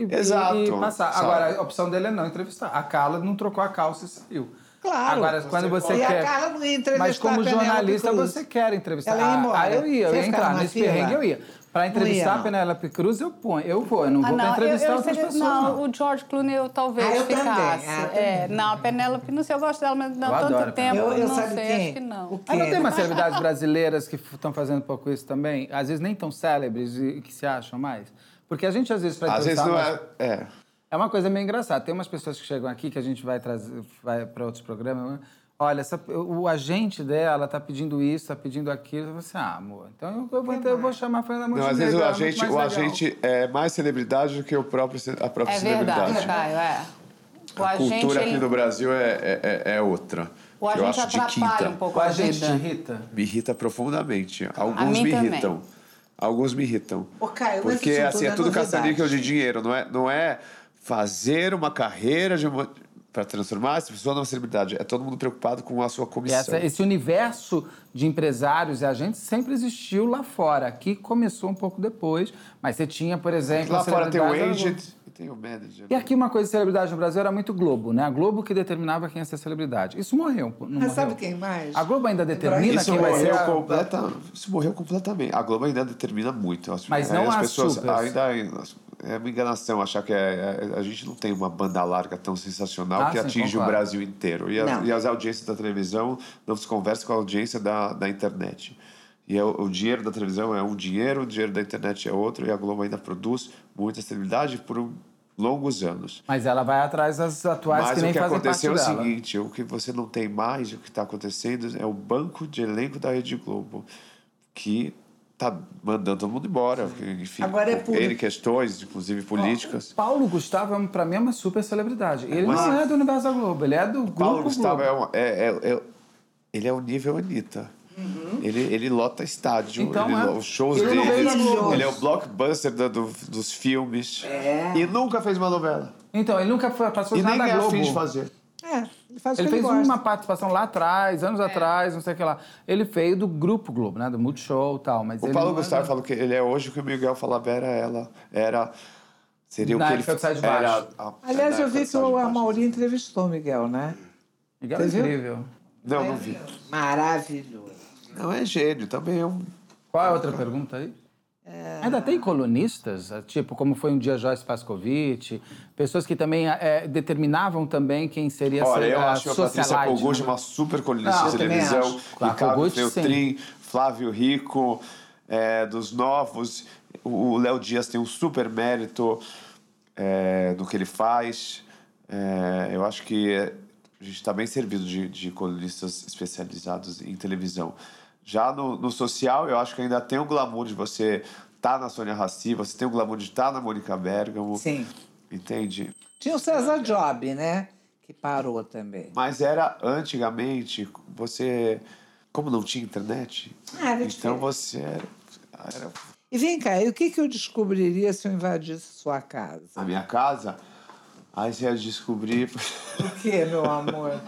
Speaker 1: E,
Speaker 4: Exato,
Speaker 1: E, e passar.
Speaker 4: sabe?
Speaker 1: Agora, a opção dele é não entrevistar. A Carla não trocou a calça e saiu.
Speaker 3: Claro.
Speaker 1: Agora, quando você
Speaker 3: E a
Speaker 1: quer.
Speaker 3: Carla não ia entrevistar
Speaker 1: Mas como
Speaker 3: a Penélope
Speaker 1: jornalista,
Speaker 3: Cruz.
Speaker 1: você quer entrevistar.
Speaker 3: Ela ia
Speaker 1: Ah,
Speaker 3: embora.
Speaker 1: Ah, eu ia, eu
Speaker 3: Você
Speaker 1: ia
Speaker 3: ia ficar
Speaker 1: entrar
Speaker 3: numa
Speaker 1: nesse
Speaker 3: fila.
Speaker 1: perrengue, eu ia. Para entrevistar
Speaker 3: ia,
Speaker 1: a
Speaker 3: não.
Speaker 1: Penélope Cruz, eu ponho. Eu vou, eu não
Speaker 5: Ah,
Speaker 1: vou para
Speaker 5: não, eu,
Speaker 1: entrevistar
Speaker 5: eu
Speaker 1: outras
Speaker 5: seria-
Speaker 1: pessoas.
Speaker 5: não,
Speaker 1: não.
Speaker 5: o George Clooney eu talvez
Speaker 3: Ah, eu também,
Speaker 5: ficasse.
Speaker 3: ah, eu
Speaker 5: é, não, a Penélope, não sei, eu gosto dela, mas não
Speaker 1: Eu
Speaker 5: há
Speaker 1: adoro a
Speaker 5: tanto tempo,
Speaker 3: Eu, eu
Speaker 5: não
Speaker 3: sabe
Speaker 5: sei,
Speaker 3: quem?
Speaker 5: acho que não.
Speaker 3: O
Speaker 1: Ah, não
Speaker 3: quê?
Speaker 1: tem umas celebridades brasileiras que estão fazendo um pouco isso também? Às vezes nem tão célebres e que se acham mais? Porque a gente, às vezes,
Speaker 5: tá,
Speaker 1: para
Speaker 4: Às vezes
Speaker 1: entrevistar
Speaker 4: não
Speaker 1: umas
Speaker 4: é. é.
Speaker 1: É uma coisa meio engraçada. Tem umas pessoas que chegam aqui que a gente vai trazer vai para outros programas. né? Olha, essa- o agente dela tá pedindo isso, tá pedindo aquilo. Você, ah, amor, então eu, eu vou, então eu vou chamar a Fernanda
Speaker 4: Não,
Speaker 1: Montenegro.
Speaker 4: às vezes o
Speaker 1: ela é muito
Speaker 4: agente,
Speaker 1: mais
Speaker 4: o
Speaker 1: legal.
Speaker 4: agente é mais celebridade do que o próprio, ce- a própria
Speaker 5: É
Speaker 4: celebridade.
Speaker 5: verdade, Caio, é. O
Speaker 4: A
Speaker 5: agente,
Speaker 4: cultura aqui
Speaker 5: ele-
Speaker 4: no Brasil é, é, é- é outra.
Speaker 5: o
Speaker 4: eu
Speaker 5: agente
Speaker 4: acho de quinta.
Speaker 5: atrapalha um pouco
Speaker 1: O
Speaker 5: a,
Speaker 1: agente
Speaker 5: vida.
Speaker 1: Rita.
Speaker 4: Me irrita profundamente. Alguns
Speaker 5: A mim
Speaker 4: me
Speaker 5: também.
Speaker 4: irritam. Alguns me irritam.
Speaker 3: Ô, Caio, mas
Speaker 4: Porque
Speaker 3: isso
Speaker 4: assim,
Speaker 3: tudo
Speaker 4: é
Speaker 3: é
Speaker 4: tudo
Speaker 3: novidade.
Speaker 4: caça-níquel de dinheiro, não é, não é fazer uma carreira de uma para transformar essa pessoa numa celebridade. É todo mundo preocupado com a sua
Speaker 1: E
Speaker 4: comissão.
Speaker 1: essa- esse universo de empresários e agentes sempre existiu lá fora. Aqui começou um pouco depois, mas você tinha, por exemplo...
Speaker 4: Lá
Speaker 1: a
Speaker 4: fora tem o
Speaker 1: celebridade-
Speaker 4: agent e tem o manager.
Speaker 1: é
Speaker 4: né?
Speaker 1: E aqui uma coisa de celebridade no Brasil era muito Globo, né? A Globo que determinava quem ia ser celebridade. Isso morreu. Não
Speaker 3: Mas sabe
Speaker 1: morreu?
Speaker 3: quem mais?
Speaker 1: A Globo ainda determina
Speaker 4: Isso
Speaker 1: quem vai ser.
Speaker 4: morreu,
Speaker 1: a-
Speaker 4: completa, isso morreu completamente. A Globo ainda determina muito. eu acho.
Speaker 1: Mas
Speaker 4: Aí
Speaker 1: não
Speaker 4: as
Speaker 1: a
Speaker 4: pessoas
Speaker 1: super.
Speaker 4: ainda é uma enganação achar que é- é- a gente não tem uma banda larga tão sensacional
Speaker 1: Ah,
Speaker 4: que
Speaker 1: sim,
Speaker 4: atinge
Speaker 1: concordo.
Speaker 4: o Brasil inteiro. E, a-
Speaker 3: Não.
Speaker 4: e as audiências da televisão não se conversam com a audiência da, da internet. E é o, o dinheiro da televisão é um dinheiro, o dinheiro da internet é outro, e a Globo ainda produz muita estabilidade por um- longos anos.
Speaker 1: Mas ela vai atrás das atuais
Speaker 4: Mas
Speaker 1: que nem
Speaker 4: o que
Speaker 1: fazem
Speaker 4: aconteceu é o
Speaker 1: parte dela.
Speaker 4: seguinte: o que você não tem mais, o que está acontecendo é o banco de elenco da Rede Globo, que está mandando todo mundo embora. porque, Enfim,
Speaker 3: Agora é público.
Speaker 4: Ele questões, inclusive políticas.
Speaker 1: Paulo Gustavo, é um- pra mim, é uma super celebridade. Ele
Speaker 4: Mas-
Speaker 1: não é do Universo da Globo, ele é do Grupo
Speaker 4: Paulo Gustavo
Speaker 1: Globo.
Speaker 4: é, uma, é, é- é- ele é o nível Anitta. Ele, ele lota estádio,
Speaker 1: Uhum. Então,
Speaker 4: ele
Speaker 1: é.
Speaker 4: lo- os shows
Speaker 1: Ele não
Speaker 4: dele.
Speaker 1: veio da Globo.
Speaker 4: Ele é o blockbuster da- do- dos filmes.
Speaker 1: É.
Speaker 4: E nunca fez uma novela.
Speaker 1: Então, ele nunca foi, passou
Speaker 4: E
Speaker 1: nada
Speaker 4: nem
Speaker 1: da
Speaker 4: é
Speaker 1: Globo.
Speaker 4: afim de fazer.
Speaker 3: É, ele faz o
Speaker 1: Ele
Speaker 3: que
Speaker 1: fez
Speaker 3: ele gosta.
Speaker 1: uma participação lá atrás, anos atrás, não sei o que lá. Ele veio do Grupo Globo, né? Do Multishow e tal. Mas
Speaker 4: O
Speaker 1: ele
Speaker 4: Paulo
Speaker 1: não é
Speaker 4: Gustavo
Speaker 1: do-
Speaker 4: falou que ele é hoje o que o Miguel falava era ela. Era. Seria
Speaker 1: Na
Speaker 4: o que ele
Speaker 1: época do Sai de
Speaker 4: era
Speaker 1: Baixo.
Speaker 4: a-
Speaker 3: Aliás,
Speaker 4: na
Speaker 3: eu
Speaker 4: época
Speaker 3: vi
Speaker 4: do
Speaker 3: que
Speaker 4: Sai de
Speaker 3: o
Speaker 4: Baixo.
Speaker 3: Amaury entrevistou o Miguel, né?
Speaker 1: Miguel é
Speaker 3: Você viu?
Speaker 1: incrível.
Speaker 4: Não, não
Speaker 1: É.
Speaker 4: vi.
Speaker 3: Maravilhoso.
Speaker 4: Não, é gênio, também é um.
Speaker 1: Qual é a outra pergunta aí? É, Ainda tem colunistas, tipo como foi um dia Joyce Pascovitch, pessoas que também eh, determinavam também quem seria
Speaker 4: Olha,
Speaker 1: ser,
Speaker 4: eu
Speaker 1: a
Speaker 4: acho a Patrícia
Speaker 1: socialite,
Speaker 4: Kogut
Speaker 1: né?
Speaker 4: uma super colunista
Speaker 1: Não,
Speaker 4: de
Speaker 1: eu também
Speaker 4: televisão.
Speaker 1: acho. Claro,
Speaker 4: Ricardo
Speaker 1: Kogut,
Speaker 4: Feltrin, Flávio Rico, é, dos novos. O o Léo Dias tem um super mérito é, do que ele faz. É, eu acho que é, a gente está bem servido de, de colunistas especializados em televisão. Já no, no social, eu acho que ainda tem o glamour de você estar na Sônia Raci, você tem o glamour de estar na Mônica Bergamo.
Speaker 3: Sim.
Speaker 4: Entende?
Speaker 3: Tinha o César Job, né? Que parou também.
Speaker 4: Mas era antigamente, você. Como não tinha internet,
Speaker 3: Ah, era
Speaker 4: então
Speaker 3: diferente.
Speaker 4: você era, era-
Speaker 3: E vem cá, e o que, que eu descobriria se eu invadisse sua casa?
Speaker 4: na minha casa. Aí você ia descobrir.
Speaker 3: O que, meu amor?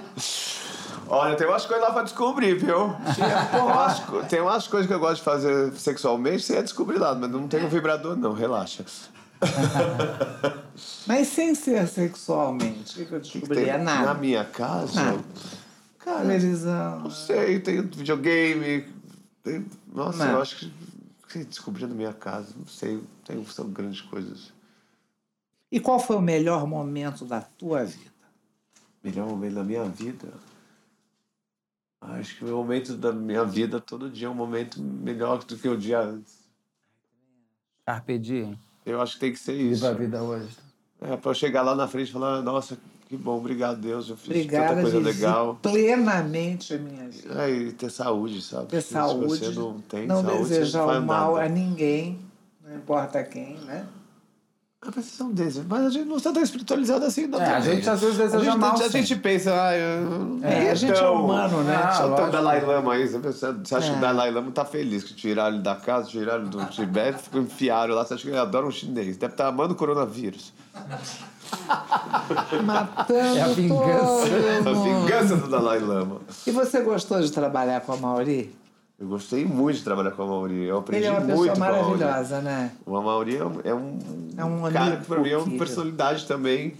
Speaker 4: Olha, tem umas coisas lá pra descobrir, viu? Tem umas, co- tem umas coisas que eu gosto de fazer sexualmente, você ia descobrir lá, mas não tem um vibrador, não, relaxa.
Speaker 3: Mas sem ser sexualmente, o que, que eu
Speaker 4: que que
Speaker 3: descobri?
Speaker 4: tem
Speaker 3: é
Speaker 4: Na
Speaker 3: nada. Ah.
Speaker 4: minha casa,
Speaker 3: Nada.
Speaker 4: cara,
Speaker 3: Televisão.
Speaker 4: não sei, tem videogame. Tem... Nossa,
Speaker 3: Nada.
Speaker 4: eu acho que. o que Descobri na minha casa, não sei, tem, são grandes coisas.
Speaker 3: E qual foi o melhor momento da tua vida?
Speaker 4: Melhor momento da minha vida. Acho que o meu momento da minha vida, todo dia, é um momento melhor do que o dia antes.
Speaker 1: Carpe diem.
Speaker 4: Eu acho que tem que ser isso.
Speaker 1: Viva a vida hoje.
Speaker 4: É, pra eu chegar lá na frente e falar, nossa, que bom, obrigado, Deus, eu fiz
Speaker 3: Obrigada,
Speaker 4: tanta coisa
Speaker 3: vivi
Speaker 4: legal.
Speaker 3: plenamente a minha vida.
Speaker 4: É, e ter saúde, sabe?
Speaker 3: Ter
Speaker 4: Se
Speaker 3: saúde,
Speaker 4: você não tem
Speaker 3: não
Speaker 4: saúde,
Speaker 3: desejar o
Speaker 4: você não faz
Speaker 3: mal é
Speaker 4: nada.
Speaker 3: a ninguém, não importa quem, né?
Speaker 4: A precisão desse, É, mas a gente não está tão espiritualizado assim, não.
Speaker 1: É, a
Speaker 4: também.
Speaker 1: gente
Speaker 3: tá
Speaker 1: às vezes deseja
Speaker 4: a gente,
Speaker 1: mal,
Speaker 4: A
Speaker 1: sim.
Speaker 4: gente pensa, ah, eu...
Speaker 3: É, a gente é humano, né?
Speaker 1: Ah,
Speaker 4: Só tem
Speaker 1: lógico.
Speaker 4: o Dalai Lama aí, você pensa- você acha que
Speaker 3: É.
Speaker 4: o Dalai Lama tá feliz que tiraram ele da casa, tiraram ele do Tibete, ficou- enfiaram lá, você acha que ele adora um chinês, deve estar amando o coronavírus.
Speaker 3: Matando
Speaker 1: É a vingança.
Speaker 4: A
Speaker 3: todo mundo.
Speaker 4: vingança do Dalai Lama.
Speaker 3: E você gostou de trabalhar com a Mauri?
Speaker 4: Eu gostei muito de trabalhar com a Mauri, eu
Speaker 3: Ele
Speaker 4: aprendi
Speaker 3: é uma pessoa
Speaker 4: muito com a Mauri.
Speaker 3: maravilhosa, né?
Speaker 4: O Amauri é um, é um,
Speaker 3: É um
Speaker 4: cara
Speaker 3: amigo
Speaker 4: que, pra mim, é uma
Speaker 3: querido.
Speaker 4: personalidade também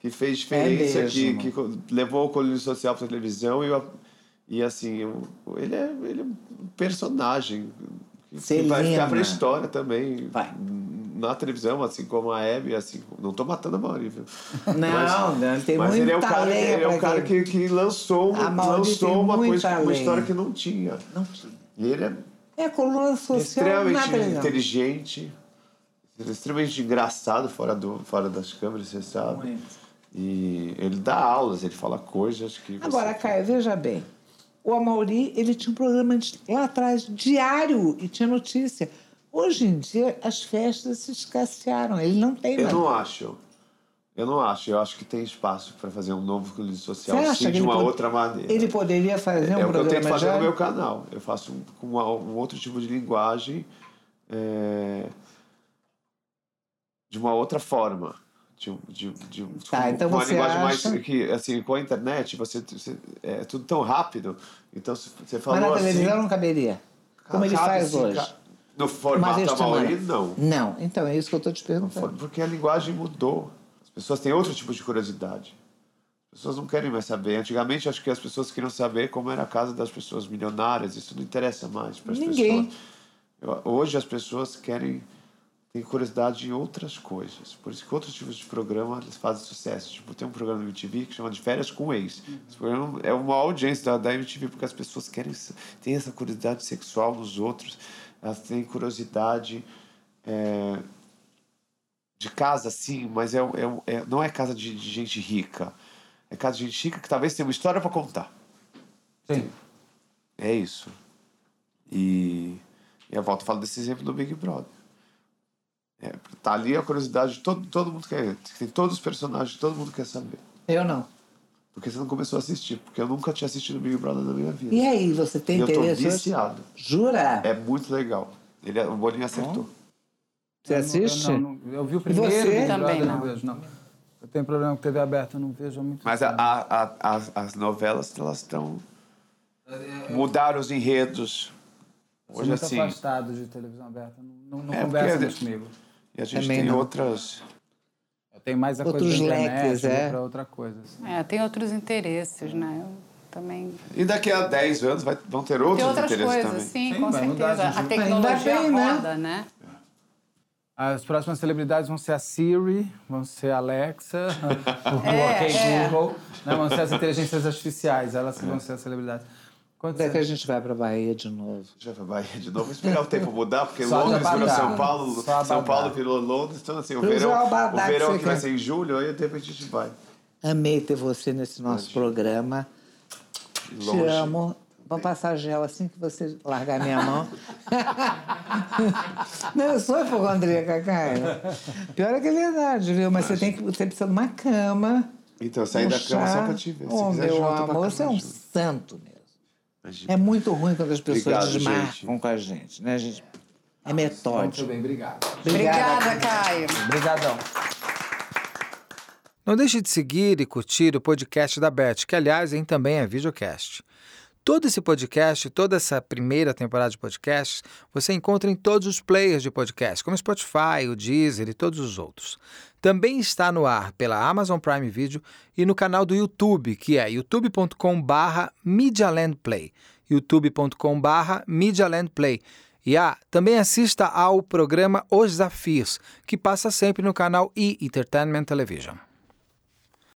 Speaker 4: que fez diferença,
Speaker 3: É
Speaker 4: que,
Speaker 3: mesmo.
Speaker 4: que co- levou o colonismo social pra televisão e, eu- e assim, eu- ele, é, ele é um personagem que vai
Speaker 3: Celina.
Speaker 4: ficar pra história também.
Speaker 3: Vai.
Speaker 4: Na televisão, assim como a Hebe, assim, não tô matando a Mauri, viu?
Speaker 3: Não, não, tem
Speaker 4: mas
Speaker 3: muita
Speaker 4: ele é um cara,
Speaker 3: lenha
Speaker 4: ele é um
Speaker 3: pra
Speaker 4: cara
Speaker 3: quem-
Speaker 4: que, que lançou,
Speaker 3: A Mauri tem
Speaker 4: lançou uma,
Speaker 3: muita
Speaker 4: coisa, uma
Speaker 3: lenha.
Speaker 4: história que não tinha.
Speaker 3: Não tinha.
Speaker 4: E ele é
Speaker 3: É coluna social na
Speaker 4: extremamente
Speaker 3: televisão.
Speaker 4: inteligente, é extremamente engraçado fora, do, fora das câmeras, você sabe.
Speaker 3: Muito.
Speaker 4: E ele dá aulas, ele fala coisas que. você-
Speaker 3: Agora, Caio, veja bem. O Amauri, ele tinha um programa de- lá atrás, diário, e tinha notícia. Hoje em dia, as festas se escassearam. Ele não tem
Speaker 4: Eu
Speaker 3: mais.
Speaker 4: não acho. Eu não acho. Eu acho que tem espaço para fazer um novo clube social,
Speaker 3: Você acha
Speaker 4: sim,
Speaker 3: que
Speaker 4: de
Speaker 3: ele
Speaker 4: uma
Speaker 3: pode-
Speaker 4: outra maneira.
Speaker 3: Ele poderia fazer um
Speaker 4: é o que eu
Speaker 3: programa
Speaker 4: tento fazer no
Speaker 3: diário?
Speaker 4: meu canal. Eu faço um- com uma- um outro tipo de linguagem, é, de uma outra forma. De, um, de, de,
Speaker 3: Tá,
Speaker 4: com
Speaker 3: então
Speaker 4: uma
Speaker 3: você
Speaker 4: linguagem
Speaker 3: acha-
Speaker 4: mais que assim com a internet você, você- é tudo tão rápido. Então se você falou
Speaker 3: Mas na
Speaker 4: assim,
Speaker 3: televisão não caberia. Como ele
Speaker 4: cabe
Speaker 3: faz
Speaker 4: assim,
Speaker 3: hoje?
Speaker 4: ca- No
Speaker 3: Uma vez
Speaker 4: formato
Speaker 3: por semana.
Speaker 4: Amauri, não.
Speaker 3: Não, então é isso que eu estou te perguntando.
Speaker 4: Porque a linguagem mudou. As pessoas têm outro tipo de curiosidade. As pessoas não querem mais saber. Antigamente, acho que as pessoas queriam saber como era a casa das pessoas milionárias. Isso não interessa mais para as
Speaker 3: Ninguém.
Speaker 4: pessoas. Eu- hoje, as pessoas querem têm curiosidade em outras coisas. Por isso que outros tipos de programa eles fazem sucesso. Tipo, tem um programa na MTV que chama De Férias com Ex. Esse programa é uma audiência da, da MTV porque as pessoas querem s- têm essa curiosidade sexual nos outros. Elas têm curiosidade... é, de casa, sim, mas é, é, é- não é casa de, de gente rica. É casa de gente rica que talvez tenha uma história para contar.
Speaker 1: Sim.
Speaker 4: É isso. E, e eu volto a falar desse exemplo do Big Brother. É, tá ali a curiosidade de todo, todo mundo quer. Tem todos os personagens, todo mundo quer saber.
Speaker 3: Eu não.
Speaker 4: Porque você não começou a assistir, porque eu nunca tinha assistido Big Brother na minha vida.
Speaker 3: E aí, você tem
Speaker 4: E eu tô
Speaker 3: interesse? hoje?
Speaker 4: viciado.
Speaker 3: Jura?
Speaker 4: É muito legal. Ele, é, o Bolinho acertou.
Speaker 3: Você
Speaker 1: Eu não- eu
Speaker 3: assiste?
Speaker 1: não- não- Eu, vi o primeiro.
Speaker 3: você?
Speaker 1: Big Brother,
Speaker 5: Também
Speaker 1: eu não.
Speaker 5: não.
Speaker 1: vejo, não. Eu tenho problema com TV aberta, eu não vejo há muito
Speaker 4: Mas a, a- a- as- as novelas, elas estão. Mudaram os enredos.
Speaker 1: Sou
Speaker 4: Hoje,
Speaker 1: muito
Speaker 4: assim.
Speaker 1: afastado de televisão aberta. Não, não, não
Speaker 4: É,
Speaker 1: conversa
Speaker 4: porque-
Speaker 1: mais comigo.
Speaker 4: E a gente
Speaker 3: Também né?
Speaker 4: tem
Speaker 3: não.
Speaker 4: outras.
Speaker 1: Eu tenho mais a
Speaker 3: Outros
Speaker 1: coisa da internet,
Speaker 3: leques,
Speaker 1: eu vou
Speaker 3: é.
Speaker 1: pra outra coisa. assim.
Speaker 5: É, tem outros interesses, né? Eu também.
Speaker 4: E daqui a 10 anos vai- vão ter outros
Speaker 5: Tem outras
Speaker 4: interesses
Speaker 5: coisas,
Speaker 4: também.
Speaker 5: sim,
Speaker 1: Sim,
Speaker 5: com
Speaker 1: vai mudar,
Speaker 5: certeza.
Speaker 1: gente.
Speaker 5: A tecnologia
Speaker 3: Ainda bem, né?
Speaker 5: roda, né?
Speaker 1: As próximas celebridades vão ser a Siri, vão ser a Alexa, o
Speaker 5: É,
Speaker 1: OK
Speaker 5: é.
Speaker 1: Google, né? vão ser as inteligências artificiais, elas que vão ser as celebridades. Quando
Speaker 3: Quando é que a
Speaker 1: você...
Speaker 3: gente vai para Bahia de novo?
Speaker 4: Já vai Bahia de novo. Vou esperar o tempo mudar, porque
Speaker 1: Só
Speaker 4: Londres virou
Speaker 1: abadá.
Speaker 4: São Paulo,
Speaker 1: Só abadá.
Speaker 4: São Paulo virou Londres. Então, assim, o
Speaker 3: Cruzou
Speaker 4: verão,
Speaker 3: o abadá
Speaker 4: o
Speaker 3: que
Speaker 4: verão
Speaker 3: você
Speaker 4: que vai
Speaker 3: quer.
Speaker 4: ser em julho, aí de repente a gente vai.
Speaker 3: Amei ter você nesse nosso programa. Te
Speaker 4: Longe.
Speaker 3: amo. Vou passar gel assim que você largar minha mão. Não, eu sou hipocondríaca, cara. Pior é que é verdade, viu? Mas você tem que você precisa de uma cama.
Speaker 4: Então, eu saí
Speaker 3: um
Speaker 4: da cama só
Speaker 3: chá.
Speaker 4: pra te ver. Se
Speaker 3: oh,
Speaker 4: quiser,
Speaker 3: meu
Speaker 4: junto tá pra
Speaker 3: amor,
Speaker 4: cama
Speaker 3: você é um
Speaker 4: junto.
Speaker 3: santo mesmo.
Speaker 4: Imagina.
Speaker 3: É muito ruim quando as pessoas
Speaker 4: Obrigado,
Speaker 3: desmarcam com a gente, né, gente? É
Speaker 1: Muito
Speaker 3: metódico.
Speaker 1: bem, obrigado.
Speaker 5: Obrigada, Caio.
Speaker 1: Obrigadão.
Speaker 7: Não deixe de seguir e curtir o podcast da Beth, que aliás hein, também é videocast.
Speaker 1: Todo esse podcast, toda essa primeira temporada de podcasts, você encontra em todos os players de podcast, como Spotify, o Deezer e todos os outros. Também está no ar pela Amazon Prime Video e no canal do YouTube, que é youtube.com/barra MedialandPlay. youtube.com/barra MedialandPlay. E ah, também assista ao programa Os Desafios, que passa sempre no canal E Entertainment Television.